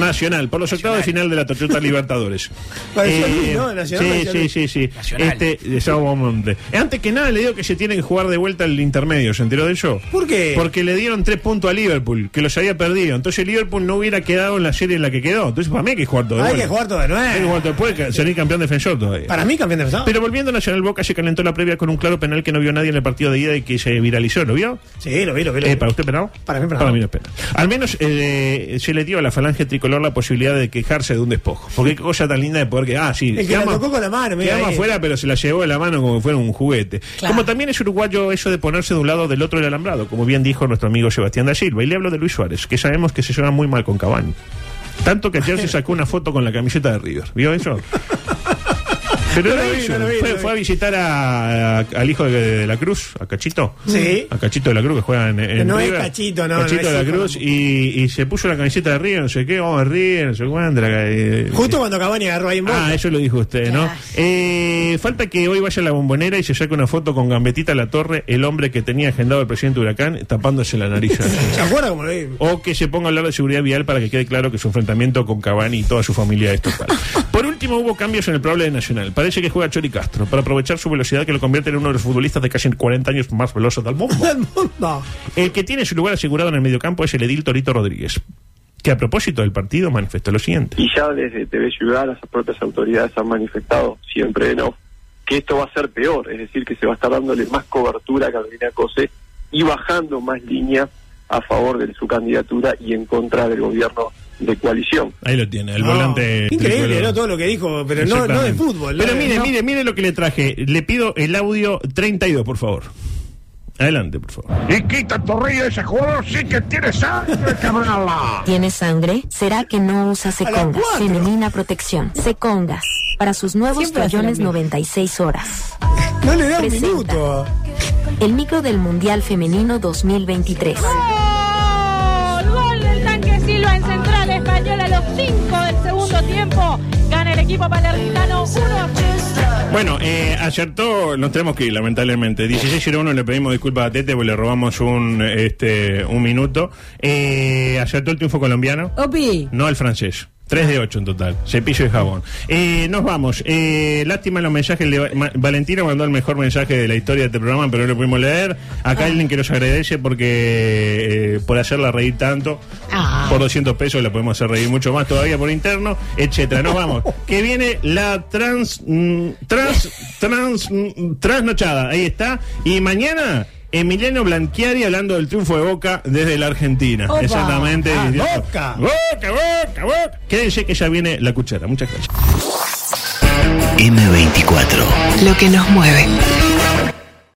S9: Nacional, por los octavos de final de la Toyota Libertadores. Eh,
S10: Pareció Luis, ¿no? Nacional,
S9: sí,
S10: pareció
S9: sí,
S10: Luis.
S9: sí, sí. Este, de Sao Momento. Antes que nada le digo que se tiene que jugar de vuelta el intermedio, ¿se enteró de eso?
S10: ¿Por qué?
S9: Porque le dieron tres puntos a Liverpool, que los había perdido. Entonces Liverpool no hubiera quedado en la serie en la que quedó. Entonces para mí hay que jugar todo de
S10: Hay
S9: vuelta.
S10: que jugar todo de nuevo.
S9: Hay que jugar todo. Puede ca- salir campeón defensor todavía.
S10: Para mí, campeón de defensor.
S9: Pero volviendo a Nacional Boca, se calentó la previa con un claro penal que no vio nadie en el partido de ida y que se viralizó, ¿lo vio?
S10: Sí, lo vi, lo vi. lo
S9: Eh,
S10: vi.
S9: ¿Para usted penal?
S10: Para mí, penal.
S9: Para mí no es penal. Al menos eh, se le dio a la falange tricolor la posibilidad de quejarse de un despojo. Porque qué cosa tan linda de poder que. Ah, sí.
S10: El que la
S9: quedamos-
S10: tocó con la mano, mira,
S9: quedamos
S10: ahí.
S9: afuera, pero se la llevó de la mano como si fuera un juguete.
S10: Claro.
S9: Como también es uruguayo eso de ponerse de un lado o del otro del alambrado, como bien dijo nuestro amigo Sebastián da Silva. Y le hablo de Luis Suárez, que sabemos que se lleva muy mal con Cavani. Tanto que ayer se sacó una foto con la camiseta de River. ¿Vio eso? Pero
S10: Lo
S9: lo
S10: vi,
S9: hizo.
S10: no lo vi,
S9: fue,
S10: no lo
S9: fue a
S10: vi.
S9: visitar a- a- al hijo de, de la Cruz, a Cachito.
S10: Sí.
S9: A Cachito de la Cruz que juega en, en
S10: No es
S9: River.
S10: Cachito, no,
S9: Cachito
S10: no es
S9: de la
S10: hijo,
S9: Cruz y, y se puso la camiseta de River, no sé qué, vamos a River, no sé cuánto. la ca- eh,
S10: Justo cuando Cavani agarró ahí en boca.
S9: Ah, eso lo dijo usted, ¿no? Eh, falta que hoy vaya a la bombonera y se saque una foto con Gambetita La Torre, el hombre que tenía agendado el presidente Huracán, tapándose la nariz.
S10: ¿Se acuerda cómo lo vi?
S9: O que se ponga a hablar de seguridad vial para que quede claro que su enfrentamiento con Cavani y toda su familia es total. Por último, hubo cambios en el probable de Nacional. Parece que juega Chori Castro para aprovechar su velocidad que lo convierte en uno de los futbolistas de casi 40 años más veloces del mundo.
S10: Todo el mundo.
S9: El que tiene su lugar asegurado en el mediocampo es el Edil Torito Rodríguez, que a propósito del partido manifestó lo siguiente.
S17: Y ya desde TV Ciudad las propias autoridades han manifestado, siempre en off, que esto va a ser peor, es decir, que se va a estar dándole más cobertura a Carolina Cose y bajando más línea a favor de su candidatura y en contra del gobierno de coalición.
S9: Ahí lo tiene, el
S10: No,
S9: volante.
S10: Increíble,
S9: tricolor.
S10: ¿no? Todo lo que dijo, pero no, no de
S9: Exactamente.
S10: fútbol. ¿no?
S9: Pero mire,
S10: No.
S9: mire, mire lo que le traje. Le pido el audio 32, por favor. Adelante, por favor.
S18: Y quita torrillo ese jugador, sí que tiene sangre, cabrala.
S15: ¿Tiene sangre? ¿Será que no usa secongas? Femenina protección. Secongas. Para sus nuevos
S10: Siempre hace lo
S15: follones
S10: mismo.
S15: 96 horas.
S10: No le da un
S15: Presenta.
S10: minuto.
S15: El micro del Mundial Femenino 2023.
S19: ¡Gol! Gol del tanque Silva en central española a los 5 del segundo tiempo. Gana el equipo palermitano 1
S9: Bueno, eh, acertó, nos tenemos que ir, lamentablemente. 1601 le pedimos disculpas a Tete porque le robamos un, este, un minuto. Eh, acertó el triunfo colombiano.
S11: Opi.
S9: No el francés. 3 de 8 en total. Cepillo y jabón. Eh, nos vamos. Eh, lástima los mensajes. le- Ma- Valentina mandó el mejor mensaje de la historia de este programa, pero no lo pudimos leer. Acá alguien que nos agradece porque eh, por hacerla reír tanto. Por 200 pesos la podemos hacer reír mucho más todavía por interno, etcétera. Nos vamos. Que viene la trans. mm, trans. trans. mm, transnochada. Ahí está. Y mañana. Emiliano Blanquiari hablando del triunfo de Boca desde la Argentina.
S10: Opa.
S9: Exactamente.
S10: Ah,
S9: diciendo,
S10: Boca.
S9: Boca, boca, boca. Quédense que ya viene la cuchara. Muchas gracias.
S3: M24.
S20: Lo que nos mueve.